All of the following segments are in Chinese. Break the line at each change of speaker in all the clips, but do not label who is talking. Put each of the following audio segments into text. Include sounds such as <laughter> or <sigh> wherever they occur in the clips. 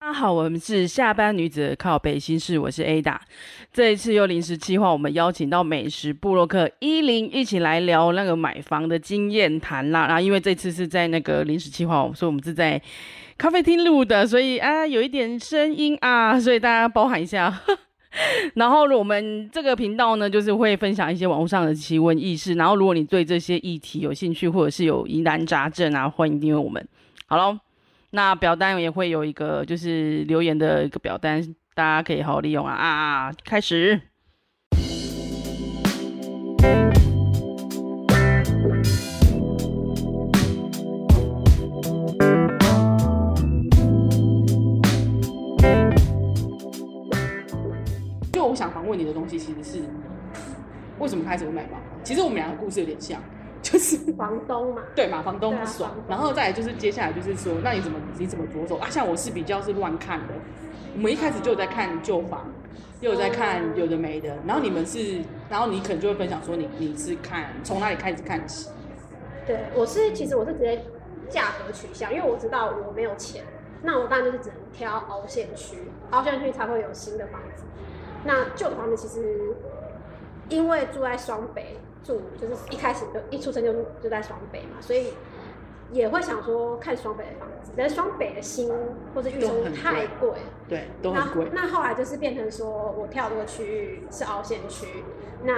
大家好，我们是下班女子的靠北新市，我是 Ada。这一次又临时计划，我们邀请到美食部落客依林一起来聊那个买房的经验谈啦。然后因为这次是在那个临时计划，所以我们是在咖啡厅录的，所以啊有一点声音啊，所以大家包含一下。 <laughs> 然后我们这个频道呢，就是会分享一些网络上的奇闻异事。然后如果你对这些议题有兴趣，或者是有疑难杂症啊，欢迎订阅我们。好喽。那表单也会有一个就是留言的一个表单，大家可以好好利用啊啊！开始。
就我想访问你的东西，其实是为什么开始会买房？其实我们两个故事有点像， <laughs> 就是
房东嘛，
对嘛，房东
对啊
不爽，
房东
然后再来就是接下来就是说，那你怎么你怎么着手啊？像我是比较是乱看的，我们一开始就有在看旧房，又有在看有的没的，然后你们是，然后你可能就会分享说你你是看从哪里开始看起？
对我是其实我是直接价格取向，因为我知道我没有钱，那我当然就是只能挑凹陷区，凹陷区才会有新的房子。那旧的房子其实因为住在双北住，就是一开始就一出生就就在双北嘛，所以也会想说看双北的房子，但是双北的新或者预售
都很贵
太贵了。
对，都很贵。
那。那后来就是变成说我跳这个区域是凹陷区，那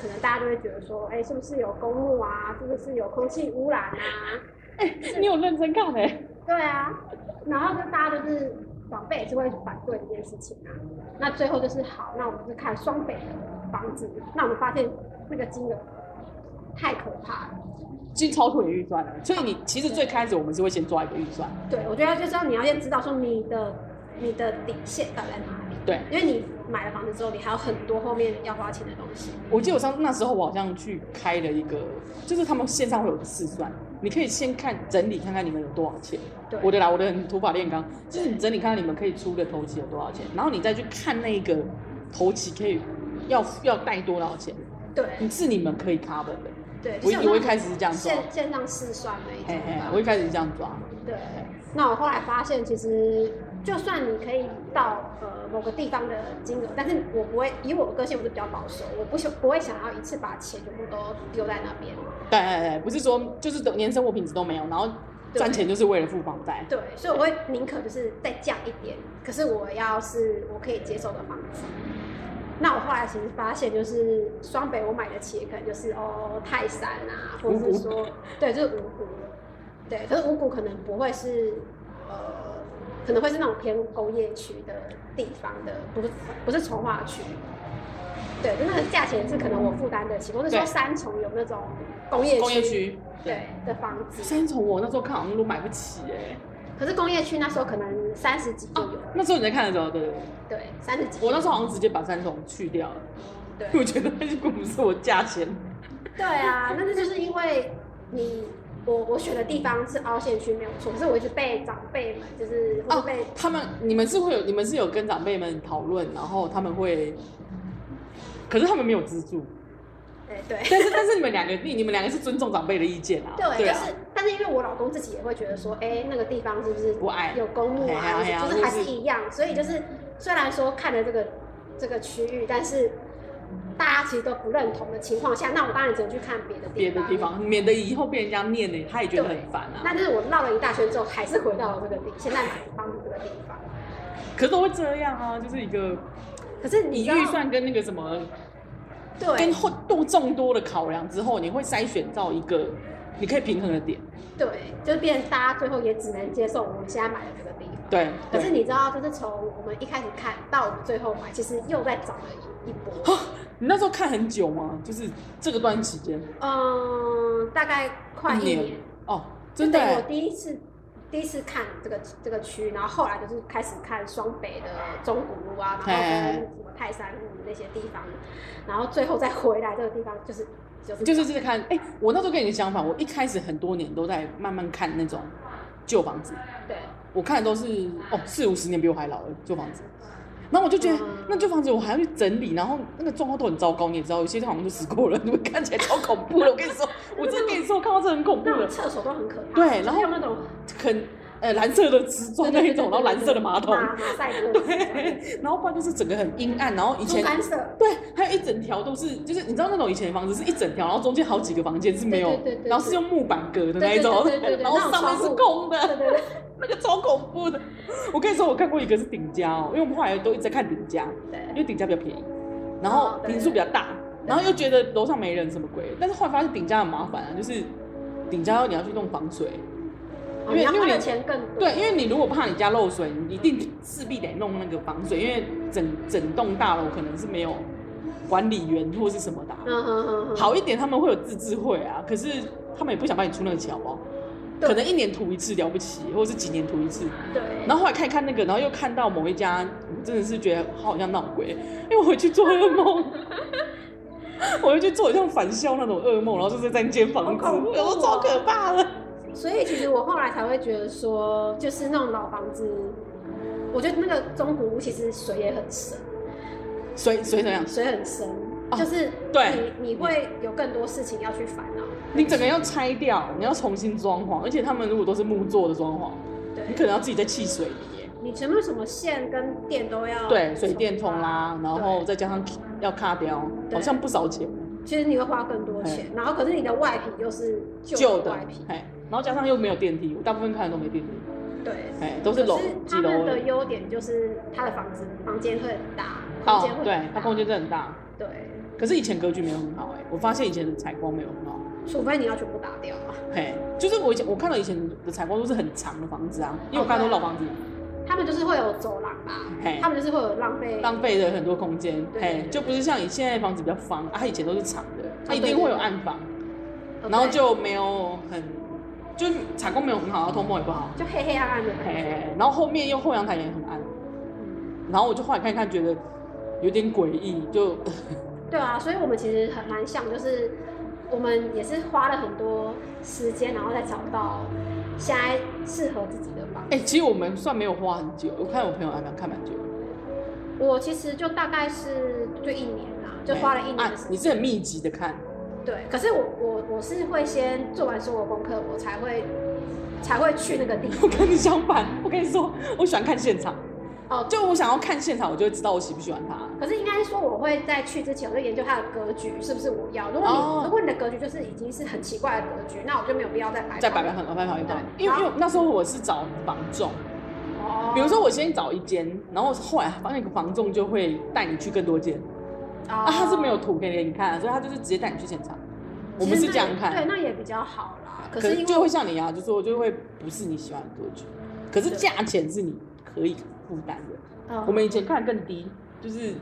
可能大家就会觉得说，哎、是不是有公墓啊？是不是有空气污染啊？
你有认真看哎、
对啊，然后就大家就是长辈也是会反对这件事情啊。那最后就是好，那我们是看双北的房子，那我们发现那个金额太可怕了。
其实超出你的预算了。所以你其实最开始我们是会先抓一个预算，
对，我觉得就是要你要先知道说你的你的底线到底在哪里，
对。
因为你买了房子之后，你还有很多后面要花钱的东西。
我记得我上那时候我好像去开了一个，就是他们线上会有个试算，你可以先看整理看看你们有多少钱。
对
我的啦，我的很土法炼钢，就是你整理看看你们可以出的头期有多少钱，然后你再去看那个头期可以要要贷多少钱，
对
你是你们可以 cover 的。
对，
嗯我一
像那种
我一开始是这样做
线线上试算那一
嘿嘿，
种
我一
吧。
开始是这样抓。
对，那我后来发现，其实就算你可以到呃某个地方的金额，但是我不会，以我的个性，我是比较保守，我不想不会想要一次把钱全部都丢在那边。
对对对，不是说就是连生活品质都没有，然后赚钱就是为了付房贷。
对，所以我会宁可就是再降一点，可是我要是我可以接受的房子。那我后来其实发现，就是双北我买得起，可能就是哦泰山啊，或者是说对，就是五股，对，可是五股可能不会是呃，可能会是那种偏工业区的地方的，不是不是从化区。对，就那个价钱是可能我负担得起，或者说
对
三重有那种工业区
工业区，
对的房子，
三重我那时候看好像都买不起哎、
可是工业区那时候可能三十几就有了。
那时候你在看的时候，对对对。
对，三十几。
哦我那时候好像直接把三重去掉了，因为
对
我觉得那股不是我价钱。
对啊，但是就是因为你我我选的地方是凹陷区没有错，可是我一直被长辈们就是或者被、
啊他们你们是会有，你们是有跟长辈们讨论，然后他们会，可是他们没有资助，
哎
<laughs>
对。
但是但是你们两个，你你们两个是尊重长辈的意见啊，
对，
啊
就，是，但是因为我老公自己也会觉得说，哎，那个地方是不是
不爱
有公墓啊，
嘿啊
就
嘿
是
啊
还
就是是
一样，所以就是虽然说看了这个这个区域，但是大家其实都不认同的情况下，那我当然只能去看别的地方。啊
别的地。方，免得以后被人家念呢，他也觉得很烦啊。
那就是我绕了一大圈之后，还是回到了这个地，现在买房子这个地方。
可是都会这样啊，就是一个
可是你
你
知道
预算跟那个什么，
对
跟后度众多的考量之后，你会筛选到一个你可以平衡的点。
对，就变成大家最后也只能接受我们现在买的这个地方。
对，
可是
对
你知道，就是从我们一开始看到我们最后买，其实又在涨了一一波。
你那时候看很久吗？就是这个段期间。呃
嗯，大概快一
一年
年，
哦，
就
真的
嗯等于我
欸，
第一次第一次看这个这个区，然后后来就是开始看双北的中古路啊，然后跟
嘿
什么泰山路那些地方，然后最后再回来这个地方，就是就是
就是这个看，哎、我那时候跟你的想法，我一开始很多年都在慢慢看那种旧房子，
对，
我看的都是哦四五十年比我还老的旧房子，然后我就觉得、
嗯
那旧房子我还要去整理，然后那个状况都很糟糕，你也知道，有些好像就死过了，你 <laughs> 们看起来超恐怖的。我跟你说，我真的跟你说，我看到这很恐怖
那种
的，
厕所都很可怕，
对
就是
然后
用那种
很呃蓝色的瓷砖那一种，然后蓝色的马桶，
马马赛克，
对，然后不然就是整个很阴暗，然后以
猪
前。
肝色，
对，还有一整条都是，就是你知道那种以前的房子是一整条，然后中间好几个房间是没有，
对对对对对
然后是用木板隔的那一种，
对对对对对
然后上面是空的，
对对对，
那个超恐怖的。我跟你说，我看过一个是顶家哦，因为我们后来都一直在看顶家，因
对
为顶家比较便宜，然后
哦对
平数比较大，然后又觉得楼上没人什么鬼，但是后来发现顶家很麻烦啊，就是顶家你要去弄防水，因为
你要
因为
花的
你
钱更多，
对，因为你如果怕你家漏水，你一定势必得弄那个防水，因为整整栋大楼可能是没有管理员或是什么的啊、
嗯哼哼哼，
好一点他们会有自治会啊，可是他们也不想帮你出那个桥哦，
对
可能一年涂一次了不起，或者是几年涂一次。
对，
然后后来看一看那个，然后又看到某一家，我真的是觉得好像闹鬼，因为我回去做噩梦，我回去做很像返校那种噩梦，然后就是在一间房子，
好恐怖哦
我超可怕的。
所以其实我后来才会觉得说，就是那种老房子，我觉得那个中古屋其实水也很深，
所以所以怎样？
水很深，
哦
就是
对
你你会有更多事情要去烦恼。
你整个要拆掉，你要重新装潢，而且他们如果都是木做的装潢，你可
对，
能要自己在汽水里耶。
你全部什么线跟电都要
对，水电
重
通啦，然后再加上要卡掉，
对
好像不少钱，
其实你会花更多钱，然后可是你的外皮又是
旧
的
的
外皮，，
哎，然后加上又没有电梯，我大部分看的都没电梯，
对。
哎，都是楼
可是
几
他
楼
们的优点就是他的房子房间会很大，空
哦
间，会
对
很，
它
大，
空间真的很大，
对，
可是以前格局没有很好，哎，我发现以前的采光没有很好，
除非你要全部打掉啊。
嘿，就是我以前我看到以前的采光都是很长的房子啊，因为我看到都是老房子，
他们就是会有走廊吧
嘿，
他们就是会有浪费，
浪费了很多空间，
对对
嘿
对，
就不是像你现在的房子比较方，啊，它以前都是长的，它一
对
定
对
会有
对
暗房，
呃
然后
对
就没有很，就是采光没有很好，然后通风也不好，
就黑黑暗暗的感
嘿嘿
觉。
嘿然后后面又后阳台也很暗，
嗯
然后我就后来看一看，觉得有点诡异，就 <laughs>
对啊，所以我们其实很蛮像，就是我们也是花了很多时间，然后再找到现在适合自己的房
哎、
子。
其实我们算没有花很久，我看我朋友还蛮看蛮久的，
我其实就大概是就一年啦，就花了一年
啊
的时，
你
间。
是很密集的看， <laughs>
对，可是我我我是会先做完所有功课，我才会才会去那个地
<laughs> 我
方。
跟你相反，我跟你说，我喜欢看现场，
哦，
就我想要看现场，我就会知道我喜不喜欢它。
可是应该是说，我会在去之前我就研究它的格局是不是我要。如果你、
哦
如果你的格局就是已经是很奇怪的格局，那我就没有必要再摆
再摆摆很摆摆摆摆，
对
因为
好
因为那时候我是找房仲，
哦，
比如说我先找一间，然后后来发现那个房仲就会带你去更多间，
啊
啊，他是没有图给你看，所以他就是直接带你去现场。我们是这样
哦对，
看，
那也比较好啦。可
可
是
是
因
就
为
会像你啊，就是我就会不是你喜欢的格局，可是价钱是你可以负担的。
嗯
我们以前看更低，就是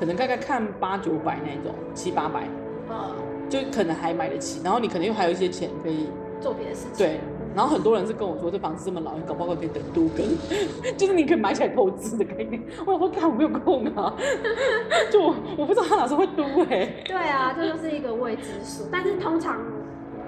可能大概看八九百那种，七八百
呃
就可能还买得起，然后你可能又还有一些钱可以
做别的事情，
对，然后很多人是跟我说，这房子这么老，你搞不好可以等都更， <laughs> 就是你可以买起来投资的概念。我想说，看我没有空啊， <laughs> 就我我不知道他哪时候会都哎、
对啊，这就是一个未知数。但是通常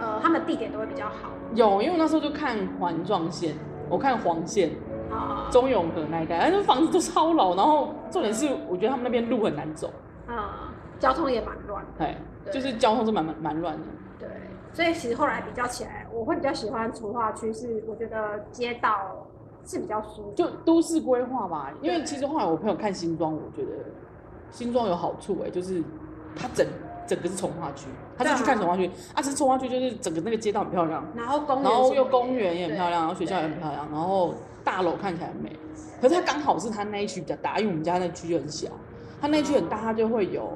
呃，他们地点都会比较好
有，因为我那时候就看环状线，我看黄线、
啊
中永和那一带，哎，那房子都超老，然后重点是我觉得他们那边路很难走，
啊，交通也蛮乱的，
哎，
对
就是交通是蛮蛮蛮乱的。
对。所以其实后来比较起来，我会比较喜欢从化区，是我觉得街道是比较舒服，
就都市规划吧，因为其实后来我朋友看新庄，我觉得新庄有好处哎、就是它整整个是从化区，他是去看从化区，啊，其实从化区就是整个那个街道很漂亮，
然后公园
然后
什
又
么
公园也很
对
漂亮，然后学校也很漂亮，然后大楼看起来很美。可是它刚好是它那一区比较大，因为我们家那区就很小，它那一区很大，它就会有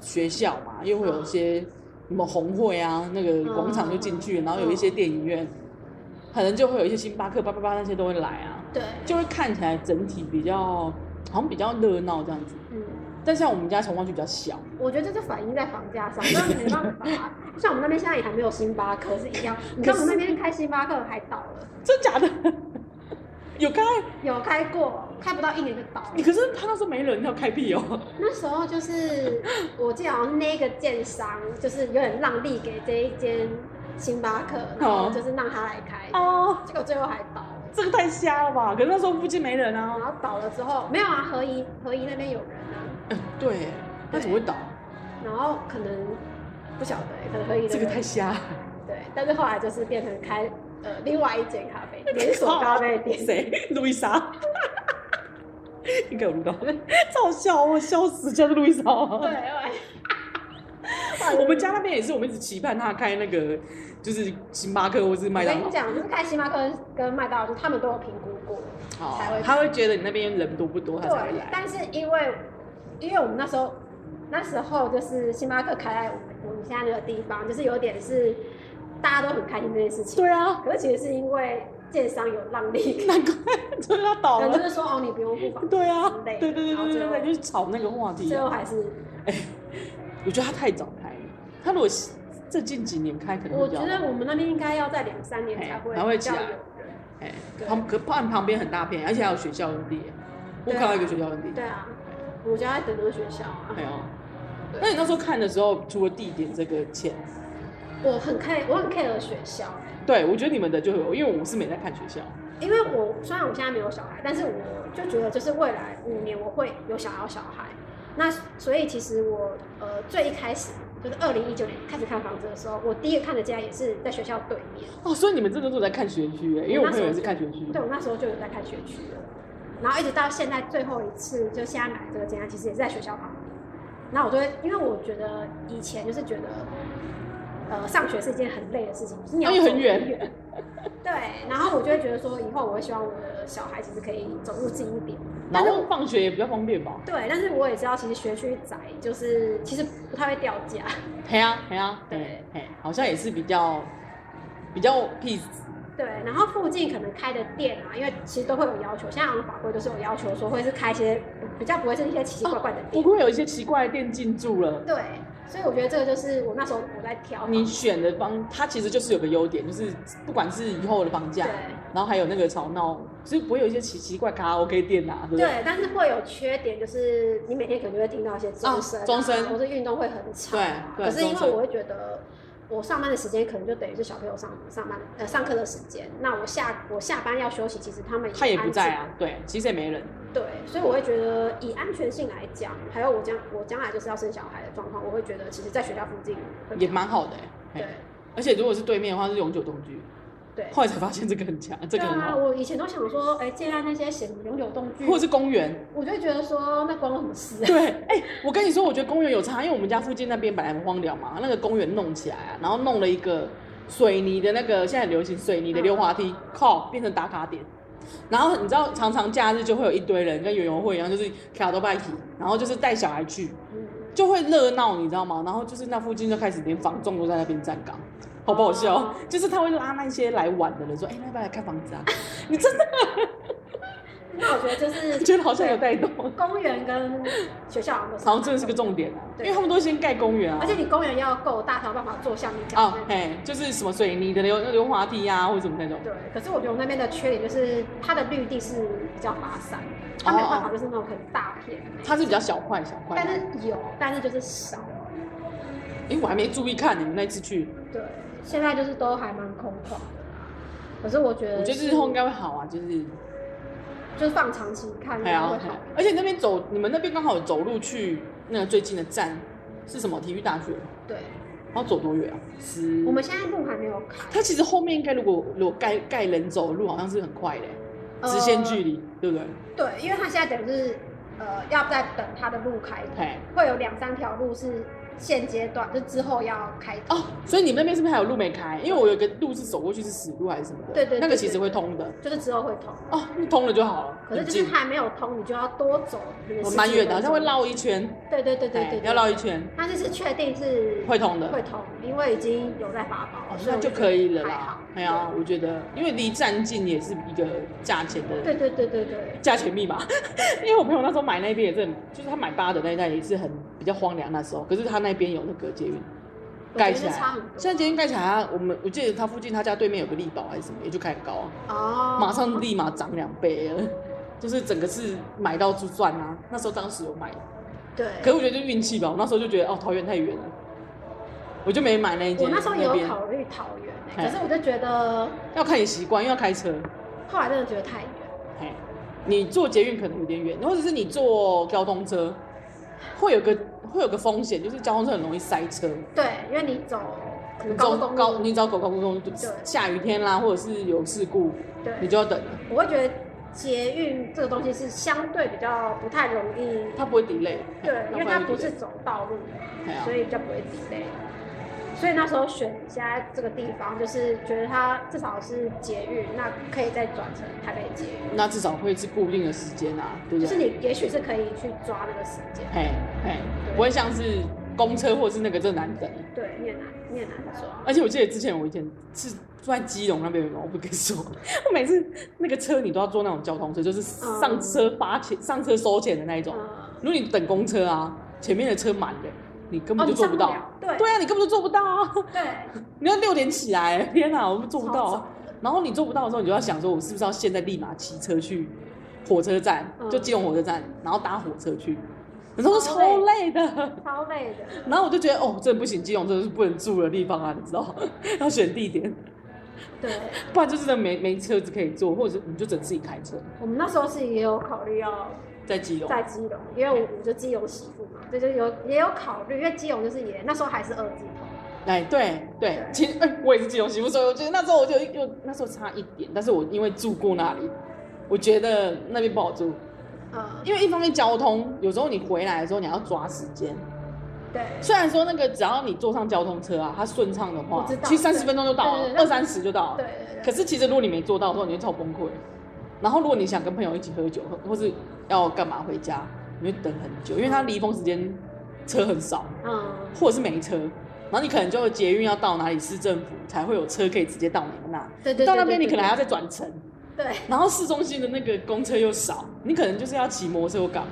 学校嘛，又会有一些什么红会啊，那个广场就进
嗯
去，然后有一些电影院，可能就会有一些星巴克、八八八那些都会来啊。
对，
就会看起来整体比较好像比较热闹这样子。
嗯，
但像我们家从化区比较小，
我觉得这就反映在房价
<laughs>
上，那没办法啊。像我们那边现在也还没有星巴克是一
<laughs>
样，你看我们那边开星巴克还倒了，
真假的？ <laughs> 有开？
有开过，开不到一年就倒了。
可是他那时候没人，要开辟哦。
那时候就是我记得好像那个建商就是有点让利给这一间星巴克，然后就是让他来开，
哦，
结果最后还倒了。
这个太瞎了吧？可是那时候附近没人
然
啊。
后倒了之后没有啊，合一合一那边有人啊，
嗯，对，那怎么会倒？
然后可能不晓得、可能合一那
这个
边
太瞎了。
对，但是后来就是变成开呃另外一间咖啡连锁咖啡店，
<laughs> 谁？路易莎。应该有录到，超好笑，我笑死，就是路易莎。
对，后来
我们家那边也是，我们一直期盼他开那个，就是星巴克或是麦
我
当
跟
劳
你。讲，就是开星巴克跟麦当劳，他们都有评估过，
好
才会
他会觉得你那边人多不多，他才会
对，
啊来。
但是因为因为我们那时候那时候就是星巴克开在我们现在那个地方，就是有点是大家都很开心这件事情。
对啊，
可是其实是因为建商有让利，
难怪，所以他倒
可 <laughs> 能就
了。
是说哦你不用付房，
对啊
之，类
对
的
对对
然后
对
最
对
后
对，就是炒那个话题
最
啊。
后还是
我觉得他太早开了，他如果这近几年开，可能
我
会比
觉
较
得我们那边应该要在两三年
嘿
才会
才会
比较
起
有
来
人。
哎，
对
旁可旁旁边很大片，而且还有学校用地耶，我
对啊
看到一个学校用地。
对啊，我家在等着学校啊。
哎呦，
对
那你那时候看的时候，除了地点这个钱，
我很 care，我很 care 学校、欸，
对我觉得你们的就有，因为我是没在看学校。
因为我虽然我现在没有小孩，但是我就觉得就是未来五年我会有想要小孩，那所以其实我呃最一开始就是二零一九年开始看房子的时候，我第一个看的家也是在学校对面，
哦，所以你们真的都在看学区哎，因为我朋友也是看学区。
对我那时候就有在看学区了，然后一直到现在最后一次就现在买这个家，其实也是在学校旁边，然后我就会因为我觉得以前就是觉得。呃，上学是一件很累的事情，就是你要
而且
走
很 <laughs> 远，
对，然后我就会觉得说，以后我会希望我的小孩其实可以走路近一点。但
然
是
后放学也比较方便吧。
对，但是我也知道，其实学区宅就是其实不太会掉价。
嘿啊嘿啊，
对
嘿，嘿好像也是比较比较 peace。
对，然后附近可能开的店啊，因为其实都会有要求，像法规都是有要求说会是开一些比较不会是一些奇奇怪怪的
不
店。
会有一些奇怪的店进驻了。
对，所以我觉得这个就是我那时候我在挑
你
房子
选的方，它其实就是有个优点，就是不管是以后的房价
对，
然后还有那个吵闹，就是不会有一些奇奇怪卡拉 OK 店啊，对不对？
对，但是会有缺点，就是你每天可能就会听到一些钟声、
啊钟声
或者运动会很吵。
对对
可是因
钟
为
声
我会觉得，我上班的时间可能就等于是小朋友上上班呃上课的时间，那我下我下班要休息，其实他们
他也
安
不在
静
啊，对，其实也没人。
对，所以我会觉得以安全性来讲，还有我将我将来就是要生小孩的状况，我会觉得其实在学校附近会
也
比较
蛮好的、欸。
对
嘿而且如果是对面的话，是永久同居。
对。
后来才发现这个很强，这
对
个很
啊，
好，
我以前都想说，哎、借案那些显永久动具，
或者是公园。
我就会觉得说，那关我什么事啊？
对，哎、我跟你说，我觉得公园有差，因为我们家附近那边本来很荒凉嘛，那个公园弄起来、啊，然后弄了一个水泥的那个，现在很流行水泥的溜滑梯，靠，变成打卡点。然后你知道，常常假日就会有一堆人跟园游会一样，就是卡多拜体，然后就是带小孩去，
嗯
就会热闹，你知道吗？然后就是那附近就开始连房仲都在那边站岗，好不好笑？
哦
就是他会拉那些来玩的人说，哎、那要不要来看房子啊？你真的
<laughs> 那我觉得就是
<laughs> 觉得好像有带动，
公园跟学校好像都是
好像真的是个重点啊，因
对
为他们都先盖公园啊，
而且你公园要够大，才有办法坐像你讲
啊
的，那种。
哎，就是什么水泥的溜溜滑梯啊，或者什么那种。
对，可是我觉得我那边的缺点就是它的绿地是比较发散，它没有办法就是那种很大片的那种。
它是比较小块小块
但
的，
是有，但是就是少。
哎，我还没注意看你们那次去，
对，现在就是都还蛮空旷的。可是我觉得，
我觉得日后应该会好啊，就是
就是放长期看应该
还要
会
好
好。。
而且那边走，你们那边刚好有走路去那个最近的站是什么？体育大学，
对，
然后走多远啊？十。
我们现在路还没有开，
它其实后面应该如果如果盖盖人走路，好像是很快的，
呃
直线距离，对不对？
对，因为它现在等于是呃要再等它的路开通，
哎，
会有两三条路是现阶段就之后要开通
哦，所以你们那边是不是还有路没开？因为我有个路是走过去是死路还是什么的，
对对对
那个其实会通的
就是之后会通。
哦，那通了就好了。
可是
很
就是
近
还没有通，你就要多走可能
我
10
蛮远
分
的，好像
钟
会。绕一圈，
对对对对对
哎
对，
要绕一圈。
它就是确定是
会通的
会通，因为已经有在发包
哦
了，，所以
那
我
就
觉
可
得
以了
还
啦
好。
哎呀，我觉得，因为离站近也是一个价钱
对
的
对对对对，
价钱密码。因为我朋友那时候买那边也是很，就是他买八的那一代也是很比较荒凉那时候，可是他那边有那个捷运
我
盖
觉
起
得
来
差很，多
现在捷运盖起来啊，我们我记得他附近他家对面有个力宝还是什么，也就开很高啊。
哦，
马上立马涨两倍了， <laughs> 就是整个是买到就赚啊。那时候当时有买，
对。
可我觉得就运气吧。我那时候就觉得哦，桃园太远了，我就没买那一间。
我那时候也
边
有考虑桃园欸，
哎
可是我就觉得
要看你习惯，因为要开车。
后来真的觉得太远，
嘿，你坐捷运可能有点远，或者是你坐交通车，会有个会有个风险，就是交通车很容易塞车。
对，因为你走可
你
能
走
高速
高，
公
你
路，
走走高速公路，下雨天啦，或者是有事故，
对，
你就要等了，
我会觉得捷运这个东西是相对比较不太容易，
它不会 delay 嘿。
对，因为它
会
不
delay
是走道路的，
嘿啊
所以比较不会 delay。所以那时候选现在这个地方，就是觉得它至少是捷运，那可以再转成台北捷运，
那至少会是固定的时间啊，对不
就是
对？
你也许是可以去抓那个时间，
嘿，嘿，不会像是公车或是那个真的难等。
对，你也难，你也难抓。
而且我记得之前我以前是住在基隆那边嘛，我不跟
<laughs>
你说，我每次那个车你都要坐那种交通车，就是上车发钱、上车收钱的那一种。
嗯
如果你等公车啊，前面的车满了，你根
哦，
本就
你
做
上
不
不
到。
了，对
对啊，你根本就做不到啊！ <laughs>
对，
你要六点起来， <laughs> 天哪，我们做不到、
超
啊
早。
然后你做不到的时候，你就要想说，我是不是要现在立马骑车去火车站，
嗯
就基隆火车站，然后搭火车去，那时候
超
超累的。
超累的。
然后我就觉得，哦，这不行，基隆真的是不能住的地方啊，你知道， <laughs> 要选地点，
对，
不然就真的没没车子可以坐，或者嗯你就只能自己开车
我们那时候是也有考虑要
在基隆。
在基隆，因为我我就基隆媳妇嘛，所以就有也有考虑，因为基隆就是也那时候还是二字头，
哎，对对，其实哎，我也是基隆媳妇，所以我觉得那时候我就又那时候差一点，但是我因为住过那里，我觉得那边不好住，
嗯，
因为一方面交通，有时候你回来的时候你要抓时间。
对
虽然说那个只要你坐上交通车啊，它顺畅的话
我知，道
其实三十分钟就到
对
了
对，对
二三十就到了。
对对
可
对，
是其实如果你没做到的时候，你会超崩溃。然后如果你想跟朋友一起喝酒，或或是要干嘛回家，你会等很久，因为它离峰时间车很少，
嗯，
或者是没车。然后你可能就捷运要到哪里市政府才会有车可以直接到你们那，
对对对，
到那
对
边你可能还要
对
再转乘，
对，
然后市中心的那个公车又少，你可能就是要骑摩托车或干嘛。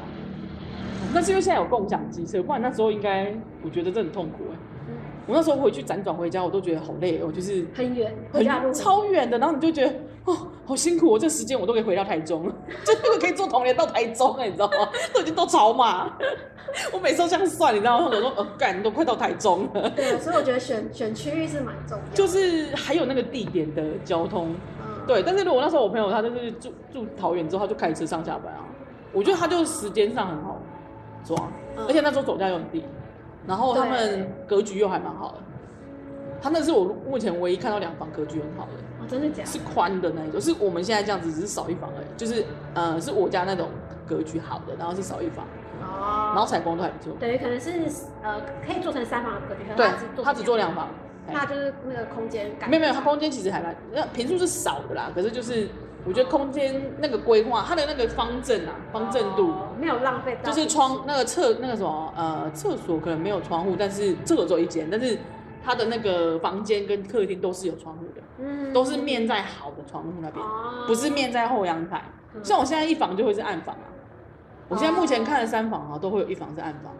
但是因为现在有共享机车，不然那时候应该我觉得这很痛苦哎、
嗯
我那时候回去辗转回家，我都觉得好累哦，就是
很远，回
很
家路很
超远的，然后你就觉得哦，好辛苦，我这时间我都可以回到台中了， <laughs> 就是我可以坐同联到台中了，你知道吗？都已经都超马， <laughs> 我每次都这样算，你知道吗？我说哦，干，都快到台中了， <laughs>
对，所以我觉得选选区域是蛮重要的，
就是还有那个地点的交通，
嗯，
对。但是如果那时候我朋友他就是住住桃园之后，他就开车上下班啊，我觉得他就时间上很好抓，
嗯
而且那时候走家又很低，然后他们格局又还蛮好的，他那是我目前唯一看到两房格局很好的。
哦，真的假
是
的？
宽的那一种，是我们现在这样子只是少一房而已，就是呃是我家那种格局好的，然后是少一房，然后
哦，
采光都还不错。
等于可能是呃可以做成三房的格局，可
对
是它，
他只做
成
两房，
那就是那个空间感，
没有没有，它空间其实还蛮，那平数是少的啦，可是就是我觉得空间那个规划，它的那个方正啊，方正度。
哦没有浪费到
就
地区，
是窗那个厕那个什么呃厕所可能没有窗户，但是厕所只有一间，但是它的那个房间跟客厅都是有窗户的，
嗯
都是面在好的窗户那边。
哦，
不是面在后阳台。
嗯
像我现在一房就会是暗房啊，我现在目前看的三房啊，都会有一房是暗房。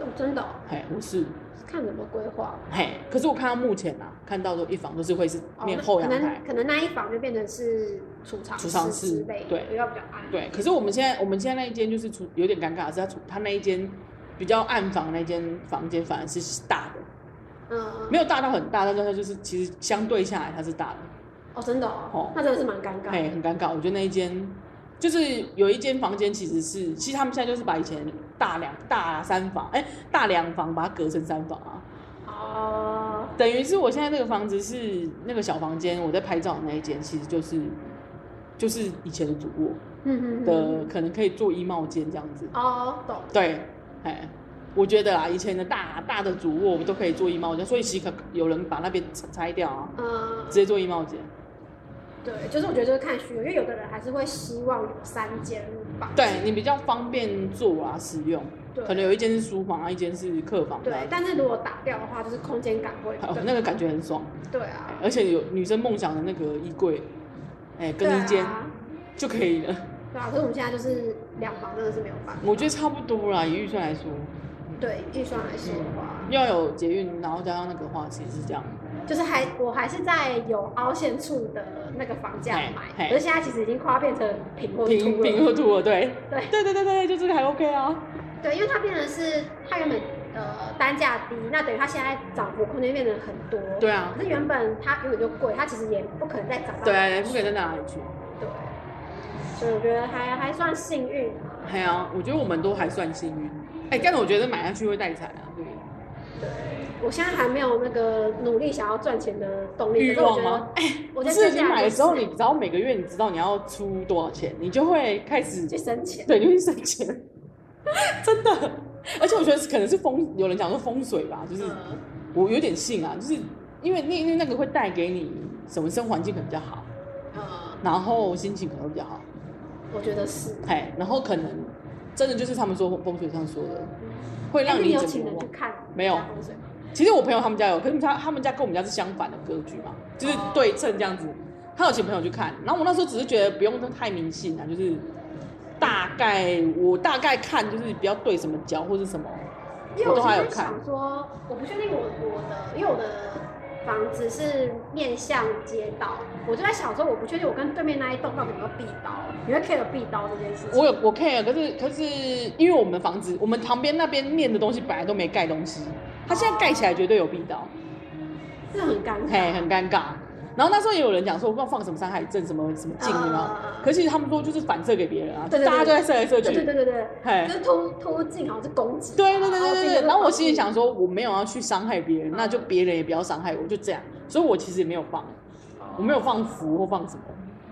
哦，真的哦、
嘿，我是
看怎么规划吧。
嘿，可是我看到目前啊，看到的一房都是会是
哦
面
那
后阳
可
台
能。可能那一房就变成是储藏
储藏室
之类的，
对
比较比较暗。
对，可是我们现在我们现在那一间就是出有点尴尬，是它出它那一间比较暗房那间房间反而是大的，
嗯，
没
有
有大到很大，但是它就是其实相对下来它是大的。
哦，真的
哦
哦，那真的是蛮尴尬
哎，
的。
很尴尬。我觉得那一间就是有一间房间，其实是其实他们现在就是把以前大两大三房，哎、大两房把它隔成三房啊，
哦，
等于是我现在那个房子是那个小房间，我在拍照的那一间，其实就是就是以前的主卧
嗯嗯嗯
的，可能可以做衣帽间这样子。
哦，懂。
对，哎，我觉得啊，以前的大大的主卧我都可以做衣帽间，所以其实可有人把那边拆拆掉啊，
呃
直，接做衣帽间。
对，就是我觉得就是看需要，因为有的人还是会希望有三间房。
对你比较方便做啊，使用。
嗯对
可能有一间是书房啊，一间是客房的啊。
对，但是如果打掉的话，就是空间感会
哦
更。，
那个感觉很爽，
啊对啊，
而且有女生梦想的那个衣柜，哎，更衣
对
间
啊，
就可以了。
对啊。可是我们现在就是两房，真的是没有办法。
我觉得差不多啦，以预算来说，
对预算来说的话，
要有捷运，然后加上那个话，其实是这样。
就是还我还是在有凹陷处的那个房价买，
嘿嘿
可是现在其实已经跨变成平或
平
凸
平和
了。
土了，对，
对
对对对对，就这个还 OK 啊。
对，因为它变成是它原本呃单价低，那等于它现在涨幅空间变得很多。
对啊
可是原本它原本就贵，它其实也不可能再涨到
对，啊不可以再哪里去。
对，所以我觉得还还算幸运啊。
还有、哎我觉得我们都还算幸运。哎，但是我觉得买下去会带财啊，对。
我现在还没有那个努力想要赚钱的动力，
欲
可是我
望
觉
吗
得？
哎，
我
不
觉得
是
接
你
下来
买的
就
时候，
是
你只要每个月你知道你要出多少钱，你就会开始
去生钱。
对，你会省钱， <laughs> 真的。而且我觉得可能是风，有人讲说风水吧，就是
嗯
我有点信啊，就是因为那因为那个会带给你什么生活环境可能比较好，
呃，
然后心情可能会比较好，
我觉得是。
哎，然后可能真的就是他们说风水上说的，会
那
让
哎你有
整
请
个
人去
旺
看
没有
大风水吗
其实我朋友他们家有，可是他他们家跟我们家是相反的格局嘛，就是
哦
对称这样子。他有请朋友去看，然后我那时候只是觉得不用太迷信啊，就是大概我大概看就是比较对什么角或是什么，
因为
我
我
都还有
现在
看。
想说，我不确定我我的，因为我的房子是面向街道，我就在想说，我不确定我跟对面那一栋到底有没有壁刀，你会 care 壁刀这件事情？
我有我 care，可是可是因为我们的房子，我们旁边那边念的东西本来都没盖东西，它现在盖起来绝对有必到，
这很尴
嘿，
尬。
很尴尬。然后那时候也有人讲说，不知道放什么山海镇什么什么镜，
啊
有没有？可是其实他们说就是反射给别人啊，
对对对
大家都在射来射
对
去，
对对啊对对，
嘿
就是突突进好像是攻击。
对对对对对对。然后我心里想
说，
说，我没有要去伤害
啊
别人，那就别人也不要伤害我，就这样。所以我其实也没有放，我没有放符或放什么。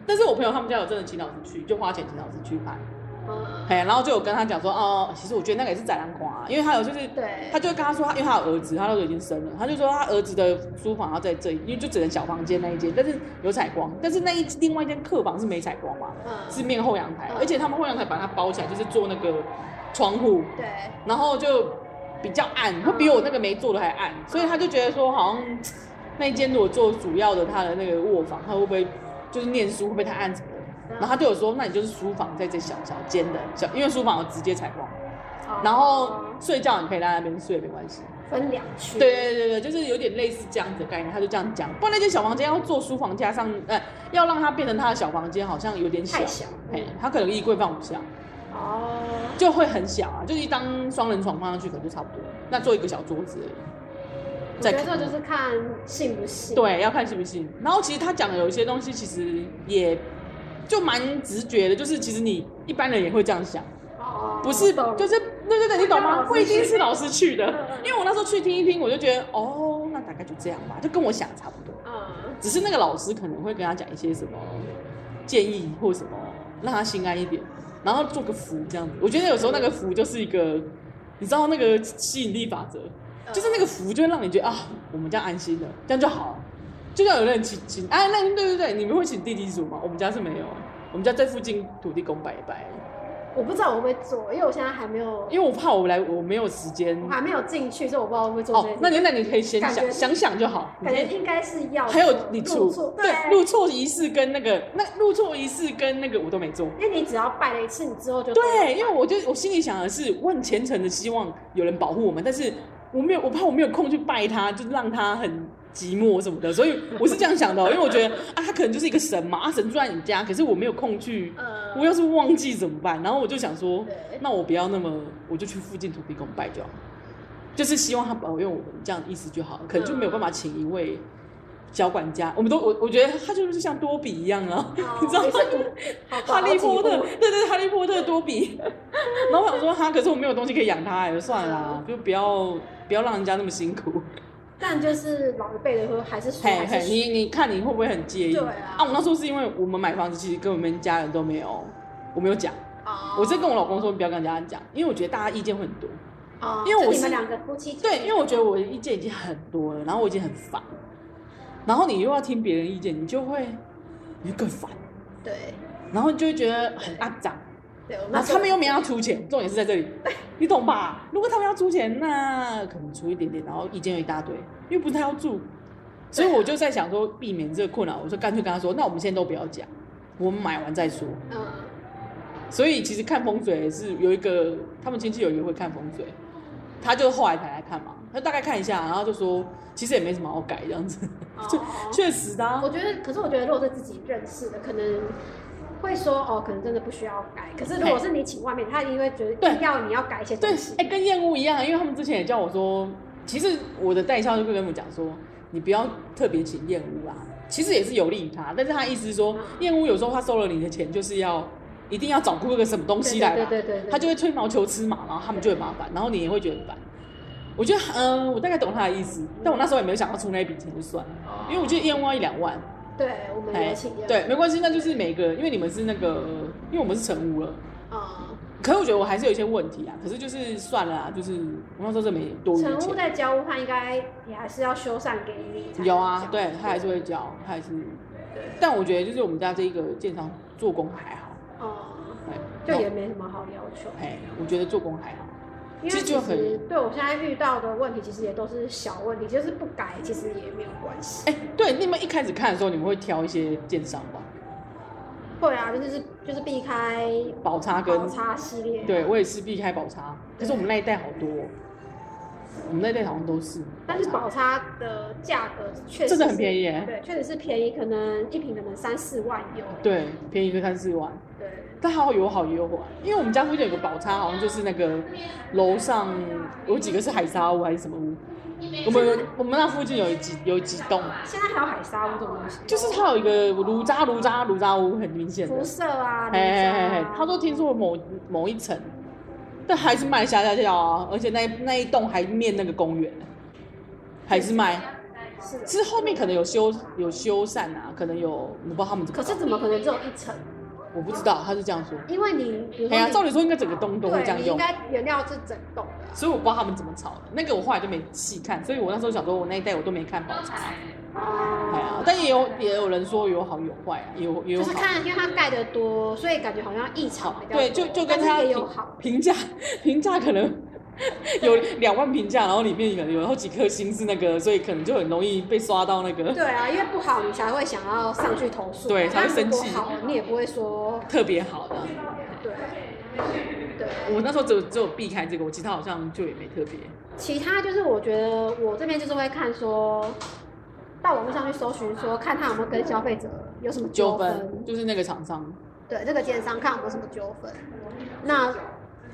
但是我朋友他们家有真的请老师去，就花钱请老师去拍，
呃
哎，然后就有跟他讲说，哦，其实我觉得那个也是展览馆啊，因为他有就是，
对
他就跟他说，因为他有儿子，他那时候已经生了，他就说他儿子的书房要在这里，因为就只能小房间那一间，但是有采光，但是那一另外一间客房是没采光嘛，
嗯
是面后阳台，
嗯
而且他们后阳台把它包起来，就是做那个窗户，
对，
然后就比较暗，会比我那个没做的还暗，所以他就觉得说，好像嘖那一间如果做主要的他的那个卧房，他会不会就是念书会不会太暗什么的？然后他对我说，那你就是书房在这小小间的小，因为书房有直接采光，
哦
然后睡觉你可以在那边睡没关系。
分两区。
对对对对，就是有点类似这样子的概念，他就这样讲。不然那间小房间要做书房加上，呃，要让它变成他的小房间，好像有点小，
太小
哎，他可能衣柜放不下。
哦，
就会很小啊，就是一张双人床放上去可能就差不多，那做一个小桌子而已。
我觉
再
得
看
这就是看信不信。
对，要看信不信。然后其实他讲的有一些东西，其实也就蛮直觉的，就是其实你一般人也会这样想，
哦，
不是，
懂
就是对对对，你懂
看到老
吗？
师
不一定是
去
老师去的
嗯嗯，
因为我那时候去听一听，我就觉得哦，那大概就这样吧，就跟我想差不多。
嗯，
只是那个老师可能会跟他讲一些什么建议或什么，让他心安一点，然后做个符这样子。我觉得有时候那个符就是一个，你知道那个吸引力法则，
嗯
就是那个符就会让你觉得啊，我们这样安心了，这样就好。就像有人请请哎，那对对对，你们会请地基主吗？我们家是没有，我们家在附近土地公拜一拜，
我不知道我会不会做，因为我现在还没有，
因为我怕我来我没有时间
我。还没有进去，所以我不知道会不会做这
哦
件，事。
那你那你可以先
感觉
想想想就好，你
感
可以
觉应该是要
还有你
入
出
错，
对入错仪式跟那个那入错仪式跟那个我都没做。
因为你只要拜了一次，你之后就
对，因为我就我心里想的是，我很虔诚的希望有人保护我们，但是我没有，我怕我没有空去拜他，就让他很寂寞什么的，所以我是这样想的哦，因为我觉得啊，他可能就是一个神嘛，啊，神住在你家，可是我没有空去，
呃
我要是忘记怎么办？然后我就想说
对，
那我不要那么，我就去附近土地公拜就好，就是希望他保佑我们这样的意思就好，可能就没有办法请一位。小管家，我们都我我觉得他就是像多比一样
<laughs>
啊，
哦
你知道吗
也是五？ <laughs> 好吧
哈利波特
好几，
对对，哈利波特多比。然后我想说哈，可是我没有东西可以养它，哎，就算了啦，就不要不要让人家那么辛
<laughs>
苦。
但就是老一辈的会还是说
嘿
还
嘿，
是
你你看你会不会很介意？
啊对啊
我那时候是因为我们买房子，其实跟我们家人都没有，我没有讲。
哦
我是跟我老公说，你不要跟人家讲，因为我觉得大家意见会很多。
哦，
因为
就
我
你们
是
两个夫妻
对，因为我觉得我的意见已经很多了，然后我已经很烦，然后你又要听别人意见，你就会你就更烦，
对
然后你就会觉得很肮脏。
对，我
然
们
啊后他们又没有要出钱，重点是在这里，你懂吧？如果他们要出钱，那可能出一点点，然后意见又一大堆，因为不太要住，所以我就在想说避免这个困扰，我说干脆跟他说，那我们现在都不要讲，我们买完再说。
嗯
所以其实看风水是有一个，他们亲戚有一个会看风水，他就后来才来看嘛，他大概看一下，然后就说其实也没什么好改这
<laughs>
样子，就
哦
确实的、啊
我，觉得，可是我觉得，如果是自己认识的，可能会说哦，可能真的不需要改。可是如果是你请外面，他一定会觉得
对
硬要你要改一些东
对，哎、
西。
跟燕屋一样，因为他们之前也叫我说，其实我的代销就会跟我们讲说，你不要特别请燕屋啊，其实也是有利于他，但是他意思是
嗯
说，燕屋有时候他收了你的钱，就是要一定要找出个什么东西来吧，
对对对对对
他就会吹毛求疵嘛，然后他们就会麻烦，然后你也会觉得很烦。我觉得，嗯、我大概懂他的意思，但我那时候也没有想要出那一笔钱就算了，因为我觉得燕屋要一两万，
哦对，我们有请人。
哎对，没关系，那就是每个，因为你们是那个，因为我们是成屋了。
啊，
可是我觉得我还是有一些问题啊，可是就是算了啊，就是我那时候是没多余
成
的
屋
钱，
在交屋换，应该也还是要修缮给你才能交。
有啊，对他还是会交，他还是，但我觉得就是我们家这一个建商做工还好，
哦，
哎，
就
那
也没什么好要求。
哎，我觉得做工还好，
因为
其
其
实就很
实对我现在遇到的问题，其实也都是小问题，就是不改其实也没有关系。
哎，对，你们一开始看的时候你们会挑一些建商吧，
会啊，就是就是避开
宝叉跟
高差系列。
对我也是避开宝叉，但是我们那一代好多哦、我们那一代好像都是，
但是宝差的价格确实
真的
是
很便宜耶
对，确实是便宜，可能一瓶可能三四万有。
对便宜个三四万，
对，
但好有好也有坏，因为我们家附近有个宝叉，好像就是那个楼上有几个是海沙屋还是什么屋，我们我们那附近有几有几栋，啊
现在还有海沙屋这种东西，
就是它有一个炉渣炉渣炉渣屋，很明显的
辐。射啊，
哎哎哎
哎
哎，他说听说某某一层，但还是卖下下叫啊，而且那那一栋还面那个公园，还是卖。
是的，
是后面可能有修有修缮啊，可能有我不知道他们怎么
可
搞，
是怎么可能只有一层？
我不知道，他是这样说。
因为你比如
哎
说
呀，
你
照理说应该整个东都会这
对，
样
你
用
应。该原料是整栋的啊。
所以我不知道他们怎么炒的。那个我后来就没细看，所以我那时候想说，我那一代我都没看宝茶。哎呀，但也有也有人说有好有坏啊，也有也有
哦就
好
是。看，因为它盖的多，所以感觉好像异常比较多
对，就就跟
但
他
是也
评
有好，
评价评价可能有两万评价，然后里面可能有好几颗星是那个，所以可能就很容易被刷到那个
对啊，因为不好你才会想要上去投诉，
对才会
但如果
生气
好你也不会说
特别好的。
对对。
我那时候只有只有避开这个，我其他好像就也没特别。
其他就是我觉得我这边就是会看说，到网络上去搜寻说，看他有没有跟消费者有什么
纠
纠
纷就是那个厂商，
对这个奸商看有没有什么纠纷，那